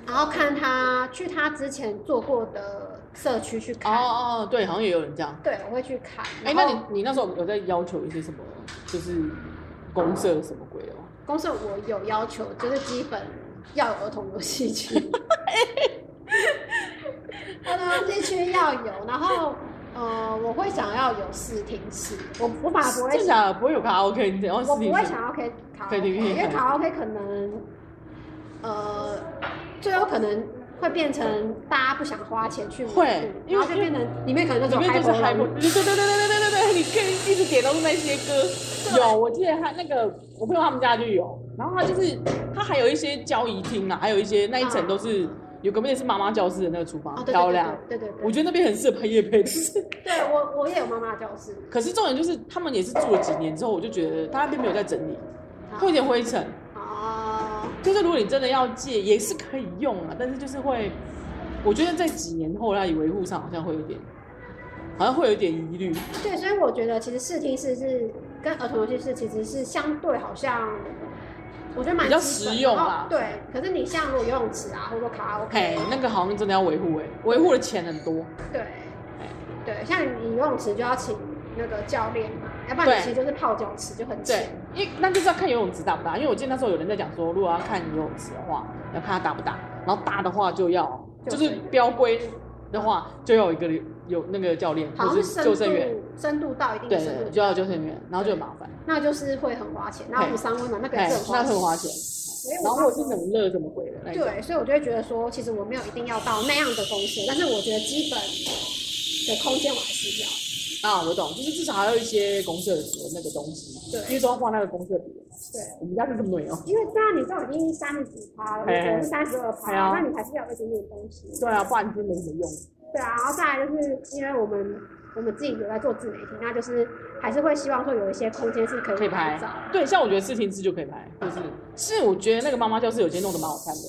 然后看他去他之前做过的社区去
哦
看，
哦，对，好像也有人这样。
对，我会去看。
哎、
然
那
后
你你那时候有在要求一些什么，就是公社什么鬼的哦吗？
公司我有要求，就是基本要有儿童游戏
<laughs>
区，儿童游戏区要有，然后呃，我会想要有视听室，我我反而啊不会
真
想，
假的不会有卡拉 OK，你然后
我
视
不
频
会想要 K 卡拉 OK，
KTV
因为卡拉 OK 可能呃最后可能。会变成大家不想花钱去买
会因
然
为
后就变成里面可能就
里
只有
面就是嗨
Hyper
对
Room
对对对对对对对，你可以一直点都是那些歌。有，我记得他那个我朋友他们家就有，然后他就是他还有一些交谊厅啊啦，还有一些那一层都是、有个面是妈妈教室的那个厨房，
哦，对
漂亮。
对对对对对，
我觉得那边很适合拍夜配，就是， <laughs>
对我我也有妈妈教室，
可是重点就是他们也是住了几年之后，我就觉得他那边没有在整理，会有点灰尘。
啊，
就是如果你真的要戒，也是可以用啊，但是就是会，我觉得在几年后来维护上好像会有点，好像会有点疑虑。
对，所以我觉得其实视听室是跟儿童游戏室其实是相对好像，我觉得蛮
比较
基本
实用
然后
啦
对，可是你像如果游泳池啊，或者说卡拉
哎
OK，，
那个好像真的要维护哎，维护的钱很多。
对
哎
对，像你游泳池就要请那个教练嘛，要不
对
然你其实就是泡脚池就很
对
浅。，
因为那就是要看游泳池大不大，因为我记得那时候有人在讲说，如果要看游泳池的话，要看它大不大，然后大的话就要
救
就嗯
生
是
员
标规的话，就要有一个有那个教练
好
或
像
者
是深
救生员，
度深度到一定的
对
深
对，
度，
就要有救生员，然后就很麻烦，
那就是会很花钱。那我们
嘿
三温暖那个
哎
也是，
那很花
花
钱。
所以
然
我
后或者是冷热怎么回的那一种。
对，所以我就会觉得说，其实我没有一定要到那样的公司，但是我觉得基本的空间我还是要。
啊，我懂，就是至少还有一些公社的那个东西嘛，
对
因为都要画那个公社笔。
对，
我们家就是没有。
因为虽然你都已经三十几趴了，
哎
我是三十二趴
哎呀
了，那你还是要有一点点东西。
对啊，不然真没什么用。
对啊，然后再来就是因为我们我们自己有在做自媒体，那就是还是会希望说有一些空间是可
可以
以
拍
照。
对，像我觉得试听师就可以拍，就是是我觉得那个妈妈教室有些弄得蛮好看的，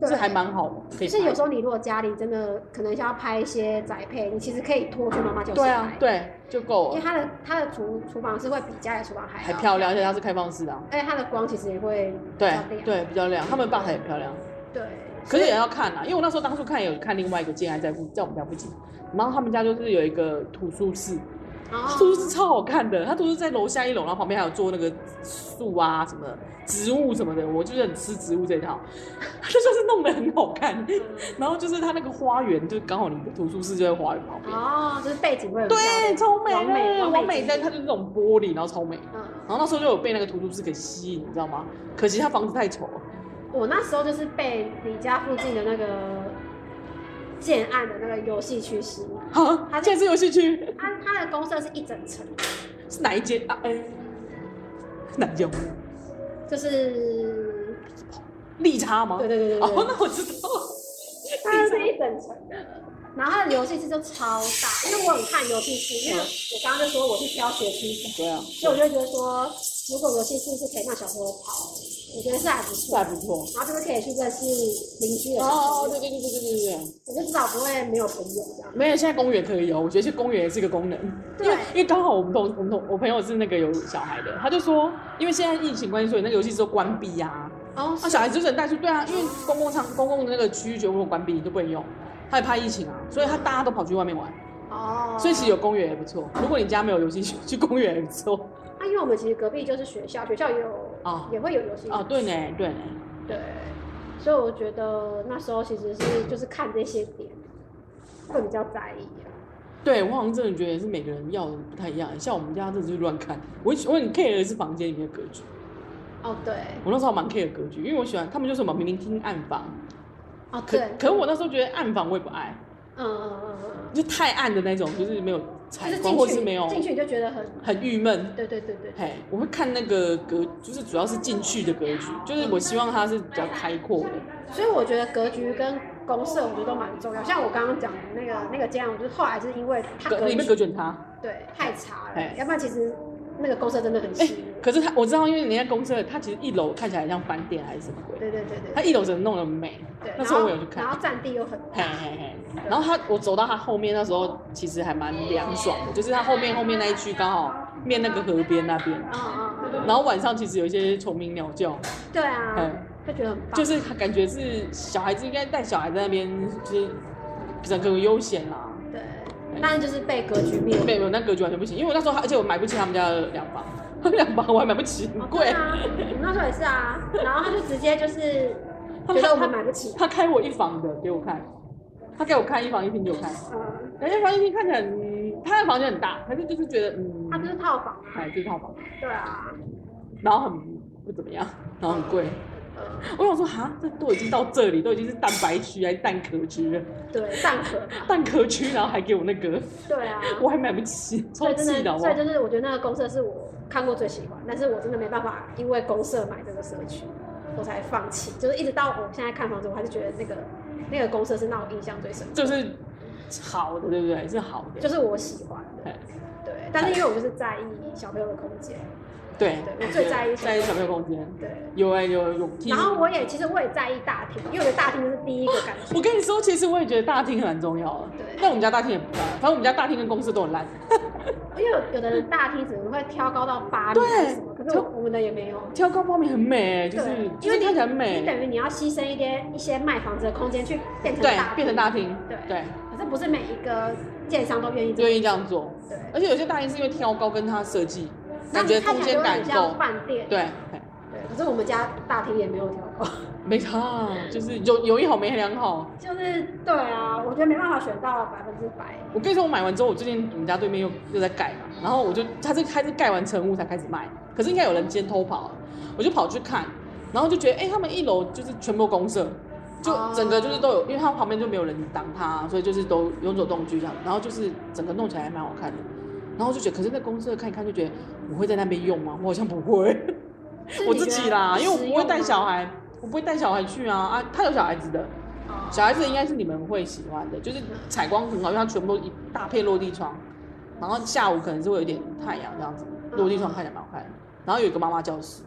对
是还蛮好的，可以
就
拍。
是有时候你如果家里真的可能想要拍一些宅配，你其实可以拖去妈妈就
对啊，，对就够
因为
了，
它的它的厨厨房是会比家里厨房还
还
好
漂亮，而且它是开放式的啊、
而且它的光其实也会比较
对
亮
对，比较亮。他们吧台也漂亮，
对
可是也要看啊，因为我那时候当初看也有看另外一个建案在附在我们家附近，然后他们家就是有一个图书室，
然
它
后
图书室超好看的，它图书室在楼下一楼，然后旁边还有做那个树啊什么的植物什么的，我就是很吃植物这一套， <laughs> 它就是弄得很好看。然后就是它那个花园，就刚好你的图书室就在花园旁边，
哦，就是背景会很漂
对，
亮
超美
完美
的，完
完
美
美
在它就是那种玻璃，然后超美。
嗯，
然后那时候就有被那个图书室给吸引，你知道吗？可惜它房子太丑了， <laughs>
我那时候就是被你家附近的那个建案的那个游戏区吸引，
哈，它现在是游戏区。
它它的公社是一整层，
是哪一间啊？哎、哪一间？
就是
利差吗？
对对对对对
哦，那我知道。
它是一整层的。然后它的游戏室就超大，因为我很看游戏室，
嗯
因为我刚刚就说我是挑学区的，
对啊，
所以我就觉得说，如果游戏室是可以让小朋友跑，我觉得是还不
是
错
还。不错。
然后就是可以去认识邻居的小
哦，
朋友，
对对对对对对对，
我就至少不会没有朋友这样。
没有，现在公园可以哦，我觉得去公园也是一个功能，因
对
为因为刚好我们同我们同我朋友是那个有小孩的，他就说，因为现在疫情关系，所以那个游戏室都关闭啊，
哦
那、小孩子就是很带出，对啊，因为公共场公共的那个区域全部关闭，你都不能用，他也怕疫情啊，所以他大家都跑去外面玩，
哦，
所以其实有公园也不错，如果你家没有游戏 <laughs> 区，去公园也不错
那、啊因为我们其实隔壁就是学校，学校也有、
哦
也会有游戏
啊，对呢对呢，
对，所以我觉得那时候其实是就是看这些点会比较在意、
对我好像真的觉得是每个人要的不太一样，像我们家真的就是乱看。我我很 care 的是房间里面的格局，
哦，对，
我那时候蛮 care 格局，因为我喜欢他们就说嘛，明明听暗房，
哦
可
对，
可是我那时候觉得暗房我也不爱，
嗯嗯嗯嗯
就太暗的那种，就是没有
嗯，
采
就是
光
进
或
去
是没有
进去你就觉得很，
很郁闷。
对对对对，
嘿，我会看那个格，就是主要是进去的格局，就是我希望它是比较开阔的。
所以我觉得格局跟公社我觉得都蛮重要。像我刚刚讲的那个那个这样，我就是后来是因为它
格
格
里面
局
格局很差，
对太差
哎
了，要不然其实那个公社真的很
哎、
吸引人。
可是它我知道，因为人家公厕它其实一楼看起来像饭店还是什么鬼，
对对对对
它
对
一楼整个弄得很美。
对，
哎那
然
时候
后
我有去看哎
然后占地又很
嘿
大，
嘿嘿，然后他，我走到他后面那时候，其实还蛮凉爽的，就是他后面后面那一区刚好面那个河边那边，
嗯嗯嗯，
然后晚上其实有一些虫鸣鸟叫，
对啊
哎，
就觉得很棒，
就是感觉是小孩子应该带小孩在那边，就是整个悠闲啦。
对，但是就是被格局灭
没有，那格局完全不行，因为我那时候还而且我买不起他们家的两房，他们两房我还买不起，很
哦
贵
对。啊，我那时候也是啊，然后他就直接就是觉得我们买不起，
他开我一房的给我看，他给我看一房一厅给我看，
嗯，
人家房一厅看起来，嗯，他的房间很大，可是就是觉得，嗯，
他不是套房啊，
哎，这套房。
对啊，
然后很不怎么样，然后很贵。
嗯，
我想说，哈，这都已经到这里，都已经是蛋白区还是蛋壳区了，
对，蛋壳，
蛋壳区，然后还给我那个，
对啊，
<laughs> 我还买不起，
所
超
以
气
真
的好
的，
不
所以
好？
就是我觉得那个公社是我看过最喜欢，但是我真的没办法，因为公社买这个社区，我才放弃。就是一直到我现在看房子，我还是觉得那个那个公社是让我印象最深刻，
就是好的，对不对？是好的，
就是我喜欢的
哎。
对，但是因为我就是在意小朋友的空间，
对
对我最在意
在意小朋友空间，
对。
有哎、有有梯
然。后我也其实我也在意大厅，因为我觉得大厅就是第一个感觉。
我跟你说，其实我也觉得大厅蛮重要的
对，
但我们家大厅也不大，反正我们家大厅跟公司都很烂。
因为有有的人大厅只能会挑高到八米
对
还是什么，可是我
就
我们的也没有。
挑高方面很美、欸就
对
是，
因
就是
为你
看起来很
你
美，
等于你要牺牲一些一些卖房子的空间去变成大
对，变成大厅，
对
对，
可是不是每一个建商都愿意这
愿
么
意这样做。
对，
而且有些大厅是因为挑高跟它设计，
那
感觉
你看
空
起来
间
就会
感
很
够
像。饭店。
对，
对，可是我们家大厅也没有调高，
没差，就是有有一好没两好。
就是对啊，我觉得没办法选到百分之百。
我跟你说，我买完之后，我最近我们家对面又又在盖嘛，然后我就他是他是盖完成屋才开始卖，可是应该有人先偷跑了，我就跑去看，然后就觉得哎、他们一楼就是全部公社，就
哦
整个就是都有，因为它旁边就没有人挡它，所以就是都永久动居这样，然后就是整个弄起来还蛮好看的。然后就觉得，可是那公社看一看就觉得，我会在那边用吗？我好像不会，
是
我
你
自
觉
己
得
啦，因为我
实
不会
用
带
吗
小孩，我不会带小孩去啊啊，他有小孩子的，
哦
小孩子应该是你们会喜欢的，就是采光很好，因为它全部都一大片落地窗，然后下午可能是会有一点太阳这样子，落地窗看起来蛮好看的。然后有一个妈妈教室，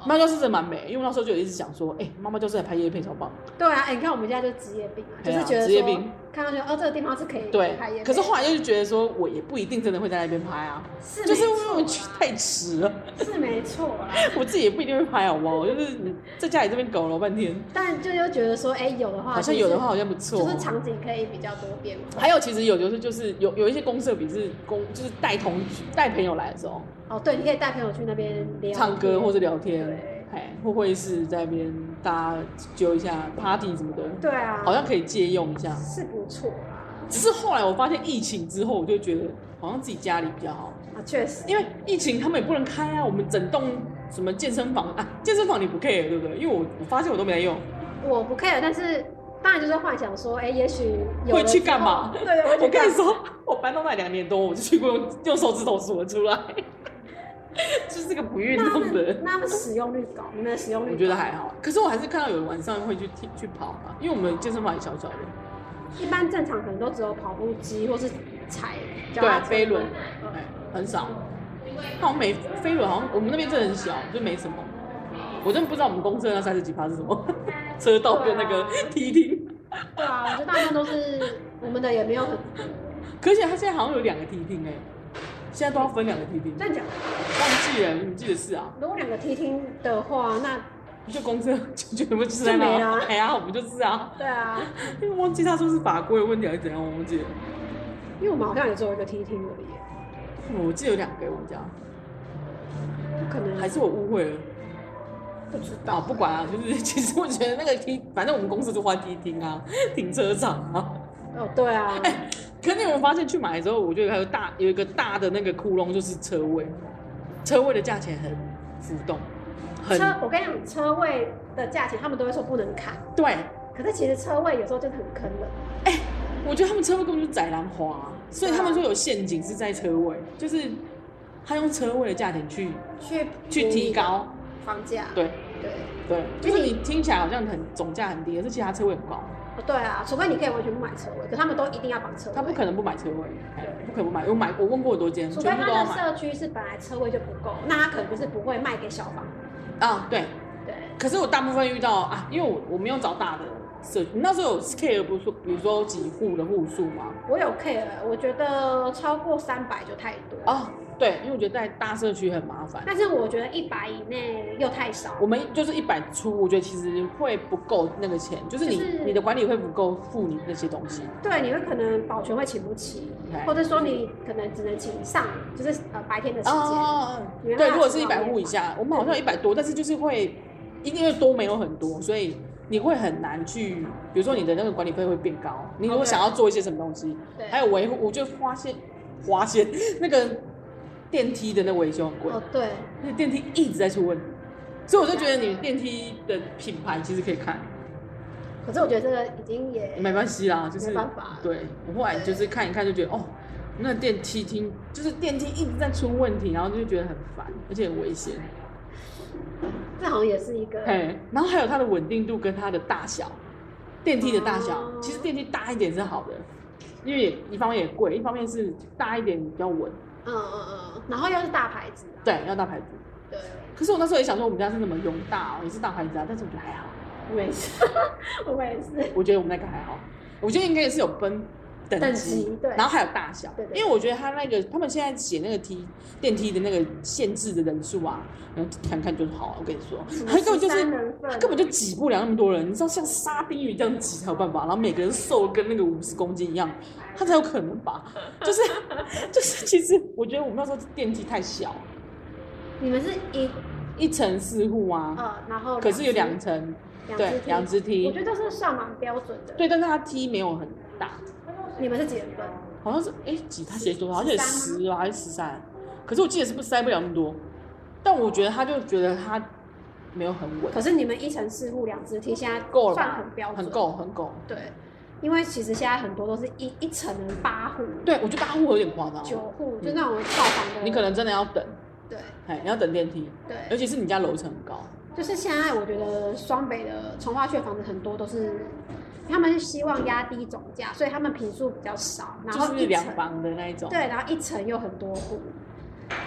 妈妈教室真的蛮美，因为我那时候就有一直想说，哎、妈妈教室来拍叶片超棒。
对啊，哎你看我们家就职业病啊，就
对啊
是觉得
职业
说
病
看到觉得哦这个地方是可以
对
拍夜，
可是
配
后来又觉得说，我也不一定真的会在那边拍啊，
是
就是
没
因为我去
错啦
太迟了， <laughs>
是没错啊啦，
我自己也不一定会拍，好不好？我就是在家里这边搞了半天，
但就又觉得说哎有的话
好
就
像
是
有的话好像不错，哦
就是场景可以比较多变化
还有，其实有就是就是有有一些公社比是公就是带同带朋友来的时候，
哦，对，你可以带朋友去那边聊
唱歌
天
或者聊天
对，
哎，或会是在那边大家揪一下 party 什么的，
对啊，
好像可以借用一下。
是不错啊啦
只是后来我发现疫情之后，我就觉得好像自己家里比较好，
啊，确实，
因为疫情他们也不能开啊，我们整栋什么健身房啊，健身房你不 care 对不对？因为我我发现我都没在用，
我不 care，但是当然就是幻想说，哎、也许有
会
了
去
之
干
后
嘛
对对，会
我
去干
跟你
嘛
说，我搬到那两年多，我就去过用用手指头数得出来， <laughs> 就是个不运
那他
动的
们
人。
那他们使用率高，你们的使用率
我觉得还好，可是我还是看到有人晚上会去踢去跑嘛，因为我们健身房也小小的，
高一般正常可能都只有跑步机或是踩脚踏
对，啊
车
飞轮，
嗯
哎，很少。好像没飞轮，好像我们那边真的很小，就没什么。我真的不知道我们公车那三十几趴是什么， <laughs> 车道跟那个
对啊
梯厅。
对啊，我觉得大部分都是我们的也没有很
可且它现在好像有两个梯厅哎，现在都要分两个梯厅，
这样讲。
忘记了，你们记得是啊？
如果两个 T 厅的话，那
就公车就全部就是在
就没
那
了，
哎呀，我们就是啊，
对啊，
因为忘记他说是法规的问题还是怎样，我忘记了。
因为我们好像也只有一个 T 厅而已，
我记得有两个我们家，
不可能
还是我误会了。
不知道
啊，不管啊，就是 <laughs> 其实我觉得那个梯，反正我们公司就换梯厅啊， <laughs> 停车场啊。
哦，对
<laughs>
啊，
可是你有没有发现去买的时候，我觉得还有大有一个大的那个窟窿，就是车位，车位的价钱很浮动，很
车我跟你讲，车位的价钱他们都会说不能砍，
对。
可是其实车位有时候真的很坑的。
我觉得他们车位根本就是宰兰花、啊所以他们说有陷阱是在车位，就是他用车位的价钱去
去
去提高，
房价。
对
对，
对，就是你听起来好像很总价很低，可是其实他车位很高，
哦对啊，除非你可以完全不买车位，可他们都一定要绑车位。
他不可能不买车位，哎不可能不买。我买我问过很多间，
除非
全部
他
都要
的
买
社区是本来车位就不够，那他可能就是不会卖给小房。
啊，对。
对，
可是我大部分遇到啊，因为我我没有找大的社区，你那时候有 care 不是说，比如说几户的户数吗？
我有 care，我觉得超过三百就太多。
啊，对，因为我觉得在大社区很麻烦，
但是我觉得一百以内又太少。
我们就是一百出，我觉得其实会不够那个钱，就是你、
就是
你的管理会不够付你那些东西。
对，你会可能保全会请不起，
OK
或者说你可能只能请上，就是呃白天的时间。
哦，
你们
对，
大
如果
厨
是一
房
百
面
户以
嘛
下，我们好像一百多，但是就是会，因为多没有很多，所以你会很难去，比如说你的那个管理费会变高。你如果
对
想要做一些什么东西，
对，
还有维护，我就花钱花钱那个电梯的那维修很贵
哦，对，
那电梯一直在出问题，所以我就觉得你电梯的品牌其实可以看，
可是我觉得这个已经也
没关系啦，就是
没办法啊
对我后来就是看一看就觉得哦。那电梯厅就是电梯一直在出问题，然后就觉得很烦，而且很危险。
这好像也是一个
嘿，然后还有它的稳定度跟它的大小，电梯的大小，其实电梯大一点是好的，因为也一方面也贵，一方面是大一点比较稳，
嗯嗯嗯，然后又是大牌子、啊，
对，要大牌子。
对，
可是我那时候也想说，我们家是怎么用大、哦，也是大牌子啊，但是我觉得还好，
我也是，我也是，
我觉得我们那个还好，我觉得应该也是有分等级，
等级对
然后还有大小，
对对对
因为我觉得他那个他们现在写那个梯电梯的那个限制的人数啊，然后看看就好了，我跟你说，他根本就是
13人份
他根本就挤不了那么多人，你知道像沙丁鱼这样挤才有办法，然后每个人瘦得跟那个五十公斤一样，他才有可能
<laughs>
吧？就是就是，其实我觉得我们那时候电梯太小，
你们是一
一层四户啊，
呃，然后
可是有
两
两层，
两
对
只，
两只
我
梯
觉，得这是算蛮标准的，，
对，但是它梯没有很大，
你们是几人份？
好像是哎几，他写多少？好像写
13
十啊还是十三？可是我记得是不是塞不了那么多，但我觉得他就觉得他没有很稳
可，是你们一层四户两只梯现在
够了
算
吧？
很标准，
很够，很够。
对，因为其实现在很多都是一一层人八户、
对，我觉得八户有点夸张
九
哦，
户，就那种套房的。
你可能真的要等，
对
哎，你要等电梯，尤
对，
其是你家楼层很高，
就是现在我觉得双北的从化区的房子很多都是，他们是希望压低总价，所以他们平数比较少，然后
就
一
是
层
两房的那一种，
对，然后一层又很多户，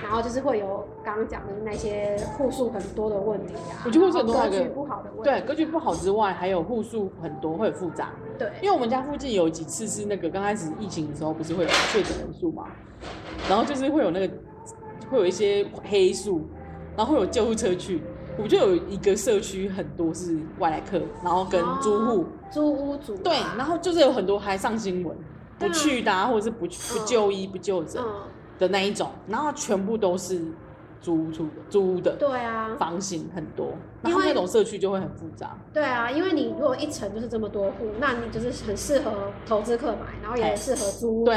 然后就是会有刚刚讲的那些户数很多的问题啊，
我觉得户数很多
然
还
后格
有一个
局不好的问
对，
题，
格局不好之外，还有户数很多，会很复杂。
对
因为我们家附近有几次是那个刚开始疫情的时候，不是会有确诊人数嘛，然后就是会有那个会有一些黑数，然后会有救护车去。我们就有一个社区很多是外来客，然后跟租户，
租屋主啊
对，然后就是有很多还上新闻，不
对啊
去的、啊、或者是不不
嗯
就医不就诊
嗯，
的那一种，然后全部都是租屋出的租屋的
对啊，
房型很多，然
因
后
为
那种社区就会很复杂。
对啊，因为你如果一层就是这么多户，那你就是很适合投资客买，然后
哎
也适合租屋。
对，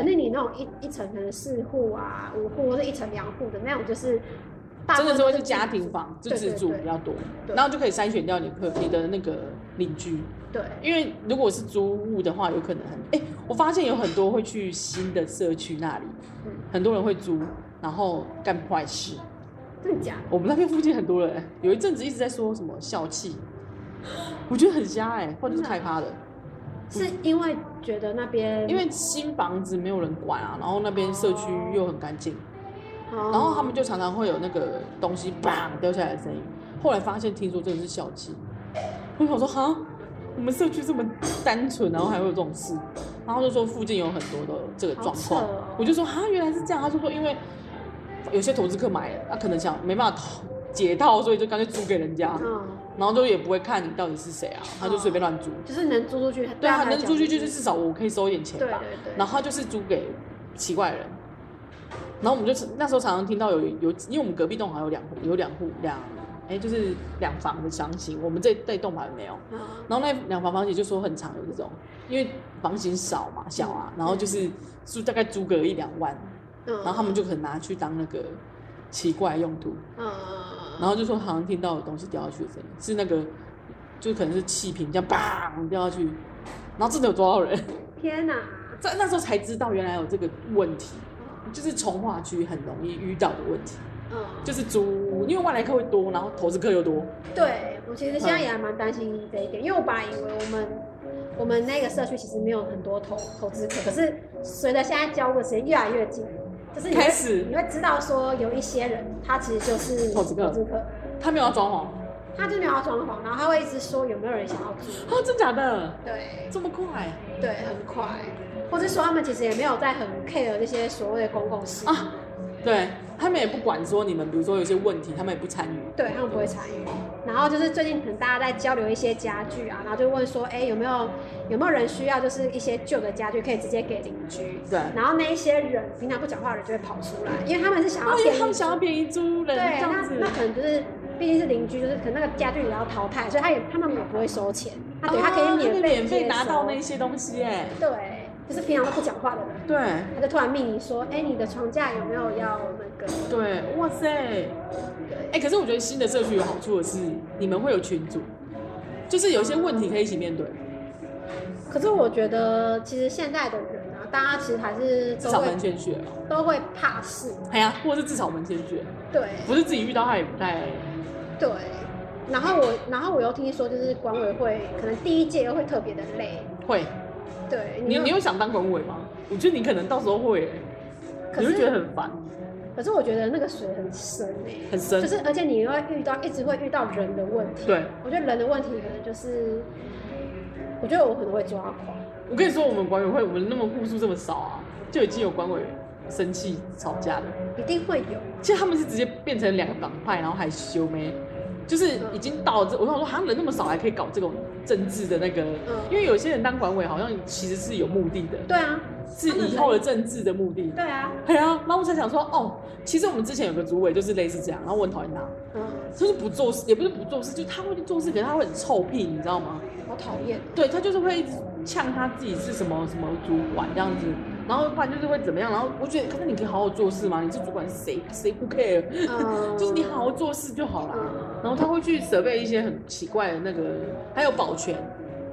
可是你那种一一层可能四户啊、五户或是一层两户的那种，就是大
真
部
的
分
是
都
会是家庭房，就
对
自住
对
比较多，
对
然后就可以筛选掉你客你的那个邻居，
对
因为如果是租屋的话，有可能很哎、我发现有很多会去新的社区那里，
嗯
很多人会租，然后干坏事。
对，真的假的？
我们那边附近很多人，有一阵子一直在说什么笑气，我觉得很瞎哎、或
啊
者是开发的，
是因为觉得那边
嗯因为新房子没有人管啊，然后那边社区又很干净，
然
然后他们就常常会有那个东西砰掉下来的声音。后来发现，听说这个是笑气。我想说，哈，我们社区这么单纯，然后还会有这种事，然后就说附近有很多的这个状况。
好扯哦
我就说，哈，原来是这样。他就说，因为有些投资客买了，他、可能想没办法投解套，所以就干脆租给人家，
嗯，
然后就也不会看你到底是谁啊，他就随便乱租。
就是能租出去，
对啊，
他来
能
嗯讲
出去就是至少我可以收一点钱
对
吧。
对对，
然后他就是租给奇怪人。然后我们就那时候常常听到有有，因为我们隔壁栋好像有两户，有两户两，哎，就是两房的房型，我们这这一栋好像没有。
嗯
啊然后那两房房型就说很常有这种，因为房型少嘛，小啊，然后就是租大概租个一两万，
嗯，
然后他们就可能拿去当那个奇怪用途，
嗯，
然后就说好像听到有东西掉下去的声音，是那个就可能是气瓶这样砰掉下去，然后真的有抓到人。
天哪，
在那时候才知道原来有这个问题，就是从化区很容易遇到的问题，
嗯，
就是租屋，因为外来客会多，然后投资客又多，
对我其实现在也还蛮担心这一点，因为我本来以为我们我们那个社区其实没有很多投投资客，可是随着现在交流的时间越来越近，就是你会
开始
你会知道说有一些人他其实就是
投资客
投资客，
他没有要装潢
他就没有要装潢，然后他会一直说有没有人想要住，
啊，真假的
对
这么快
对，很快，或者说他们其实也没有在很 care 这些所谓的公共事务，
啊？对他们也不管说你们，比如说有些问题，他们也不参与。
对他们不会参与。然后就是最近可能大家在交流一些家具啊，然后就问说，哎、有没有有没有人需要就是一些旧的家具可以直接给邻居？
对，
然后那一些人平常不讲话的人就会跑出来，因为他们是想要
啊，因
便
为
宜，
他们想要便宜租人
对，
这
那
样子
那，可能就是毕竟是邻居，就是可能那个家具也要淘汰，所以他也他们也不会收钱，他等于他可以
啊
免
们
费、
免费拿到那，些东西，哎，
对，就是平常都不讲话的人，
对
他就突然命你说，哎、你的床架有没有要那个？
对，哇塞。
对
哎、，可是我觉得新的社区有好处的是，你们会有群组，就是有一些问题可以一起面对，
可是我觉得，其实现在的人啊，大家其实还是
至
都
少
会
门前雪。
都会怕事，
哎呀， <laughs> 或者是至少门前雪，
对
不是自己遇到他也不太
对。然后我，然后我又听说，就是管委会可能第一届又会特别的累，
会。
对。
你你有想当管委吗？我觉得你可能到时候会、
可
你会
是
觉得很烦，
可是我觉得那个水很深欸诶、
很深
就是而且你又会遇到一直会遇到人的问题。
对，
我觉得人的问题可能就是，我觉得我可能会抓狂。
我跟你说，我们管委会我们那么户数这么少啊，就已经有管委生气吵架
一
的。
定会有，
其实他们是直接变成两个党派，然后还修眉，就是已经到了这。我想说，他们人那么少，还可以搞这种政治的那个，
嗯
因为有些人当管委好像其实是有目的的，
对啊，
是以后的政治的目的。
对啊，
对啊，然后我才想说，哦，其实我们之前有个主委就是类似这样，然后我很讨厌他，
嗯，
就是不做事，也不是不做事，就是他会去做事，可是他会很臭屁，你知道吗？
<laughs> 好讨厌，
对他就是会一直呛他自己是什么什么主管这样子，然后不然就是会怎么样？然后我觉得，可是你可以好好做事嘛，你是主管是谁谁不 care，、
嗯
就是你好好做事就好了。然后他会去责备一些很奇怪的那个，还有保全，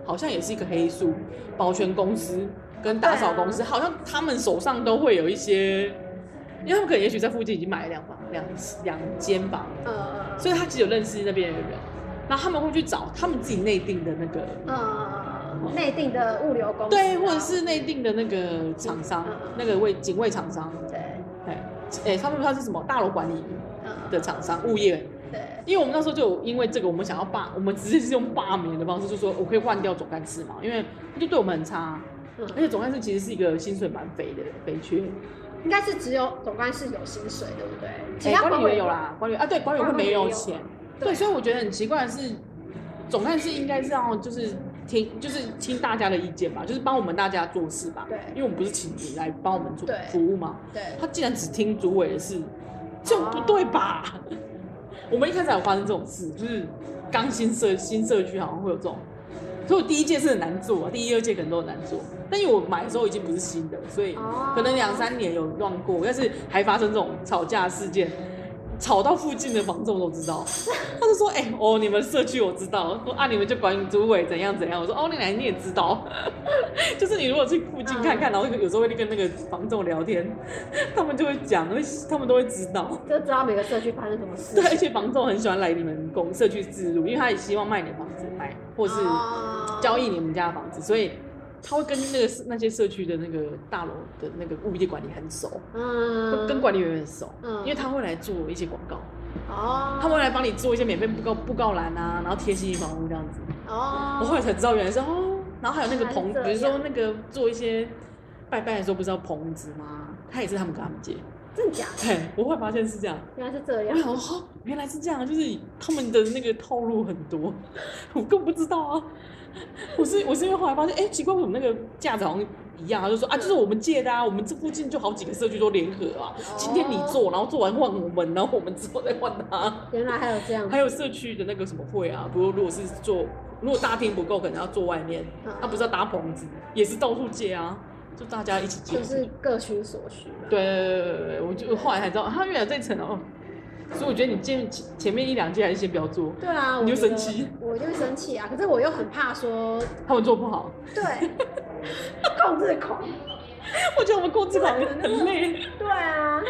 好像也是一个黑数，保全公司跟打扫公
啊
司，好像他们手上都会有一些，因为他们可能也许在附近已经买了两房两两间房，
呃，
所以他其实有认识那边的人，然后他们会去找他们自己内定的那个，
呃，内定的物流公司啊，
对，或者是内定的那个厂商
嗯嗯嗯，
那个卫警卫厂商，
对，
哎哎，他们他是什么大楼管理
嗯，
的厂商物业，
对，
因为我们那时候就有因为这个，我们想要罢，我们直接是用罢免的方式，就说我可以换掉总干事嘛，因为他就对我们很差，啊
嗯
而且总干事其实是一个薪水蛮肥的肥缺，
应该是只有总干事有薪水，对不对？其
哎
他
管
管
理
委
员
会
有，啦，管理员啊对，管理员会没有钱，
对
对，所以啊我觉得很奇怪的是，总干事应该是要就是听就是听大家的意见吧，就是帮我们大家做事吧，
对
因为我们不是请你来帮我们做
对
服务嘛，
对，
他竟然只听主委的事，这不对吧？ <laughs> 我们一开始还有发生这种事，就是刚新社新社区好像会有这种，所以我第一届是很难做，啊第一二届可能都很难做。但因为我买的时候已经不是新的，所以
哦
可能两三年有乱过，但是还发生这种吵架事件。吵到附近的房仲都知道，他就说：“哎、哦，你们社区我知道，说啊，你们就管主委怎样怎样。”我说：“哦，你来你也知道， <laughs> 就是你如果去附近看
嗯
看，然后有时候会跟那个房仲聊天，他们就会讲，会他们都会知道。
就知道每个社区发生什么事
对，而
情，
且房仲很喜欢来你们公社区自入，因为他也希望卖你的房子卖，或是
哦
交易你们家的房子，所以他会跟那个那些社区的那个大楼的那个物业管理很熟，
嗯，
跟管理员很熟，
嗯
因为他会来做一些广告，
哦，
他会来帮你做一些免费布告布告栏啊，然后贴心房屋这样子。
哦，
我后来才知道原来是哦，然后还有那个棚，
原来
比
是
如
这
说
样
那个做一些拜拜的时候不是要棚子吗？他也是他们跟他们借，
真的假的？
嘿，我会发现是这样。
原来是这
我
样，
想说，哦，原来是这样，就是他们的那个套路很多， <laughs> 我更不知道啊。我是我是因为后来发现，哎、奇怪，为什么那个架子好像一样啊？就说啊，就是我们借的啊，我们这附近就好几个社区都联合啊，今天你做，然后做完换我们，然后我们之后再换他。
原来还有这样，
还有社区的那个什么会啊，不过如果是做，如果大厅不够，可能要做外面，那、
嗯
不是要搭棚子，也是到处借啊，就大家一起借。
就是各取所需吧。
对对对对对，我就后来才知道，他原来这一层哦。所以我觉得你见前前面一两届还是先不要做，
对啊，
你
我
就
觉
生
得
气，
我就会生气啊。可是我又很怕说，
他们做不好。 <laughs>
对，控制狂，
我觉得我们过制狂很累，
对啊，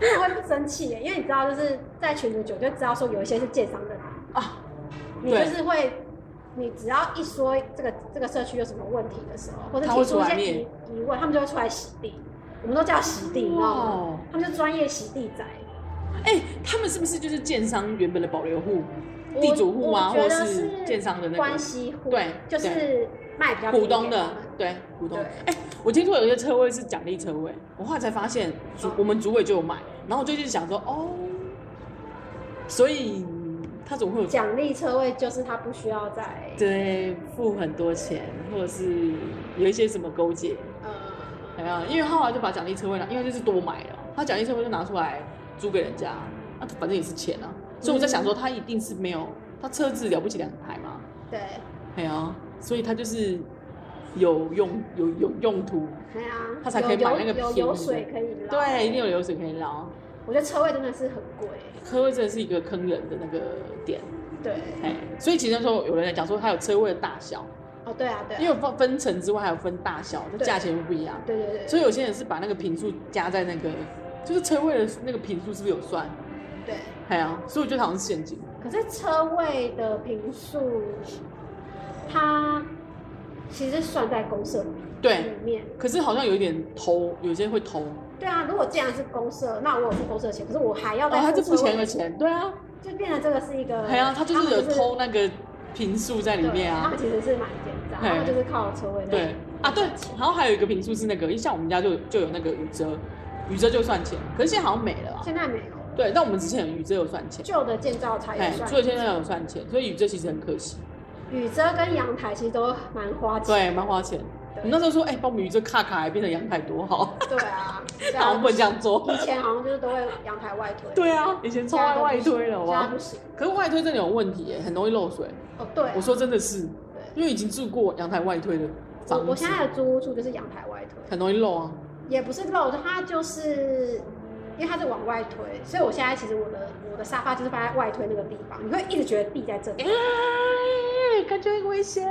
真的会不生气耶，因为你知道，就是在群组久就知道说有一些是建商的
啊，
你就是会，你只要一说这个这个社区有什么问题的时候，或者
他会
提出一
出来
些
念
疑疑问，他们就会出来洗地，我们都叫洗地，你知道
哇
吗？他们就专业洗地仔。
哎、他们是不是就是建商原本的保留户、地主户啊，
我觉
或者
得
是建商的那
关
个
系户，
对
就是
对
卖比较便宜
股东
给
的
他们？
对，股东。
对
哎、我听说有些车位是奖励车位，我后来才发现主、
哦
我们主委就有买，然后我就一直想说哦，所以他总会有
奖励车位就是他不需要再
对付很多钱，或者是有一些什么勾结。
呃
哎呀，因为后来就把奖励车位拿，因为就是多买了，他奖励车位就拿出来租给人家，那、反正也是钱啊，所以我在想说
嗯
他一定是没有，他车子了不起两台嘛，
对，
哎呀，所以他就是有用有有用途，
哎呀、
他才可以
有
买那个
有有
便宜
有
的
水可以捞。
对，一定有流水可以捞，
我觉得车位真的是很贵，
车位真的是一个坑人的那个点，
对，
哎，所以其实那时候有人在讲说它有车位的大小，
哦对啊对啊，
因为有分分层之外还有分大小，就
对
价钱会不一样，
对对对，
所
以
以有些人是把那个平数加在那个，就是车位的那个平数是不是有算？
对。
哎呀，所以我觉得好像是陷阱。
可是车位的平数，它其实算在公社里
对，
面。
可是好像有一点偷，有些会偷。哦，
对啊，如果既然是公社，那我有付公社钱，可是我还要再
他就付
付车位
钱的钱。对啊，
就变得这个是一个。
哎呀，他就是有
嗯们
偷那个平数在里面
对他
啊
们。其实是蛮奸诈，
嘿
他们就是靠车位那
对啊，对，然后还有一个平数是那个，像我们家就就有那个雨遮，雨遮就算钱，可是现在好像没了啊。
现在没有了，
对，但我们之前有雨遮有算钱，
旧的建造才也
哎，
算。
所以现在有算钱，所以雨遮其实很可惜，
雨遮跟阳台其实都蛮花
对，
钱。
蛮花钱。
对
我们那时候说，哎，帮我们雨遮卡卡，还变成阳台多好，
对啊，
<laughs>
对
那我
啊
们不能这样做。
以前好像就是都会阳台外推。
对啊，以前超爱外推
现
了，好不
在
好
不行。
可是外推真的有问题耶，很容易漏水。
哦，对啊，
我说真的是，
对
因为已经住过阳台外推的，
我
长
我
屋子
现在的租屋处就是阳台外推，
很容易漏啊。
也不是漏，它就是因为它是往外推，所以我现在其实我的我的沙发就是放在外推那个地方，你会一直觉得地在这里。
嗯哎，感觉很危险。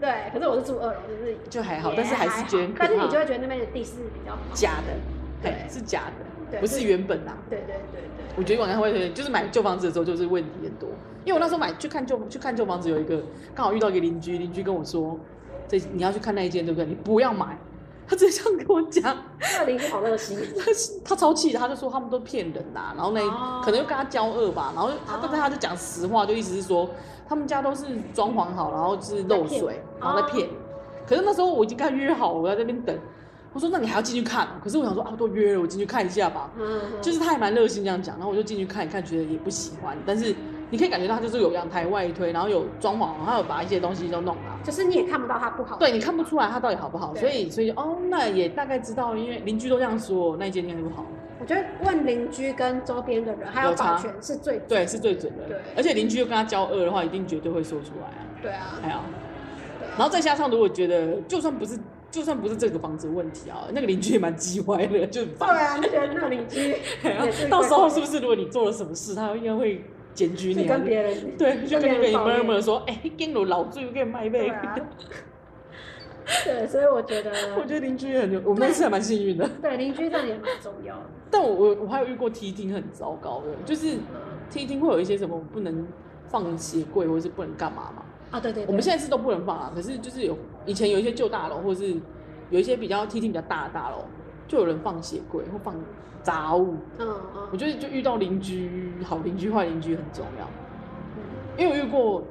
对，可是我是住二楼，就是
就哎还好
也
但是还是觉得很可怕
但是你就会觉得那边的地是比较好。
假的，
对
对，是假的，
对
不是原本啊。
对对对
我觉得往南会推，就是买旧房子的时候就是问题很多，因为我那时候买去看旧去看旧房子，有一个刚好遇到一个邻居，邻居跟我说，这你要去看那一间对不对？你不要买，他直接这样跟我讲，
对，二邻居好热心。
<laughs> 他是他超气的，他就说他们都骗人啦、然后那一、
哦
可能又跟他交恶吧，然后他、但他就讲实话，就意思是说他们家都是装潢好，然后是漏水，然后在骗
哦
你。可是那时候我已经跟他约好，我要在那边等。我说那你还要进去看？可是我想说啊，都约了，我进去看一下吧。
嗯，
就是他还蛮热心这样讲，然后我就进去看一看，觉得也不喜欢，但是你可以感觉到他就是有阳台外推，然后有装潢，然后有把一些东西都弄了。
就是你也看不到它不好。
对你看不出来他到底好不好，
对
所以所以哦，那也大概知道，因为邻居都这样说，那一间应该不好。
我觉得问邻居跟周边的人还有
有差
保全是最
对，是最准的。
对
而且邻居又跟他交恶的话，一定绝对会说出来啊。
对啊，
还好，然后再加上，如果觉得就算不是就算不是这个房子的问题啊，那个邻居也蛮叽歪的，就很
对
烦。哎
啊，你觉得那邻居也是
到时候是
是
不是如果你做了什么事，他应该会检举你、啊？
跟别人
对，就
别
跟你跟
人
你
抱怨
murmur 说，哎、欸，跟老醉，跟卖
对
妹。
啊，对，所以我觉得
<laughs> 我觉得邻居也很有，我们那次还蛮幸运的。
对邻居这也蛮重要的。
但我我我还有遇过踢厅很糟糕的，就是踢厅会有一些什么不能放鞋柜，或是不能干嘛嘛。
啊，对对对，
我们现在是都不能放啊，可是就是有以前有一些旧大楼，或是有一些比较梯厅比较大的大楼，就有人放鞋柜或放杂物。
嗯
我
嗯
觉得就遇到邻居，好邻居坏邻居很重要。因为我遇过，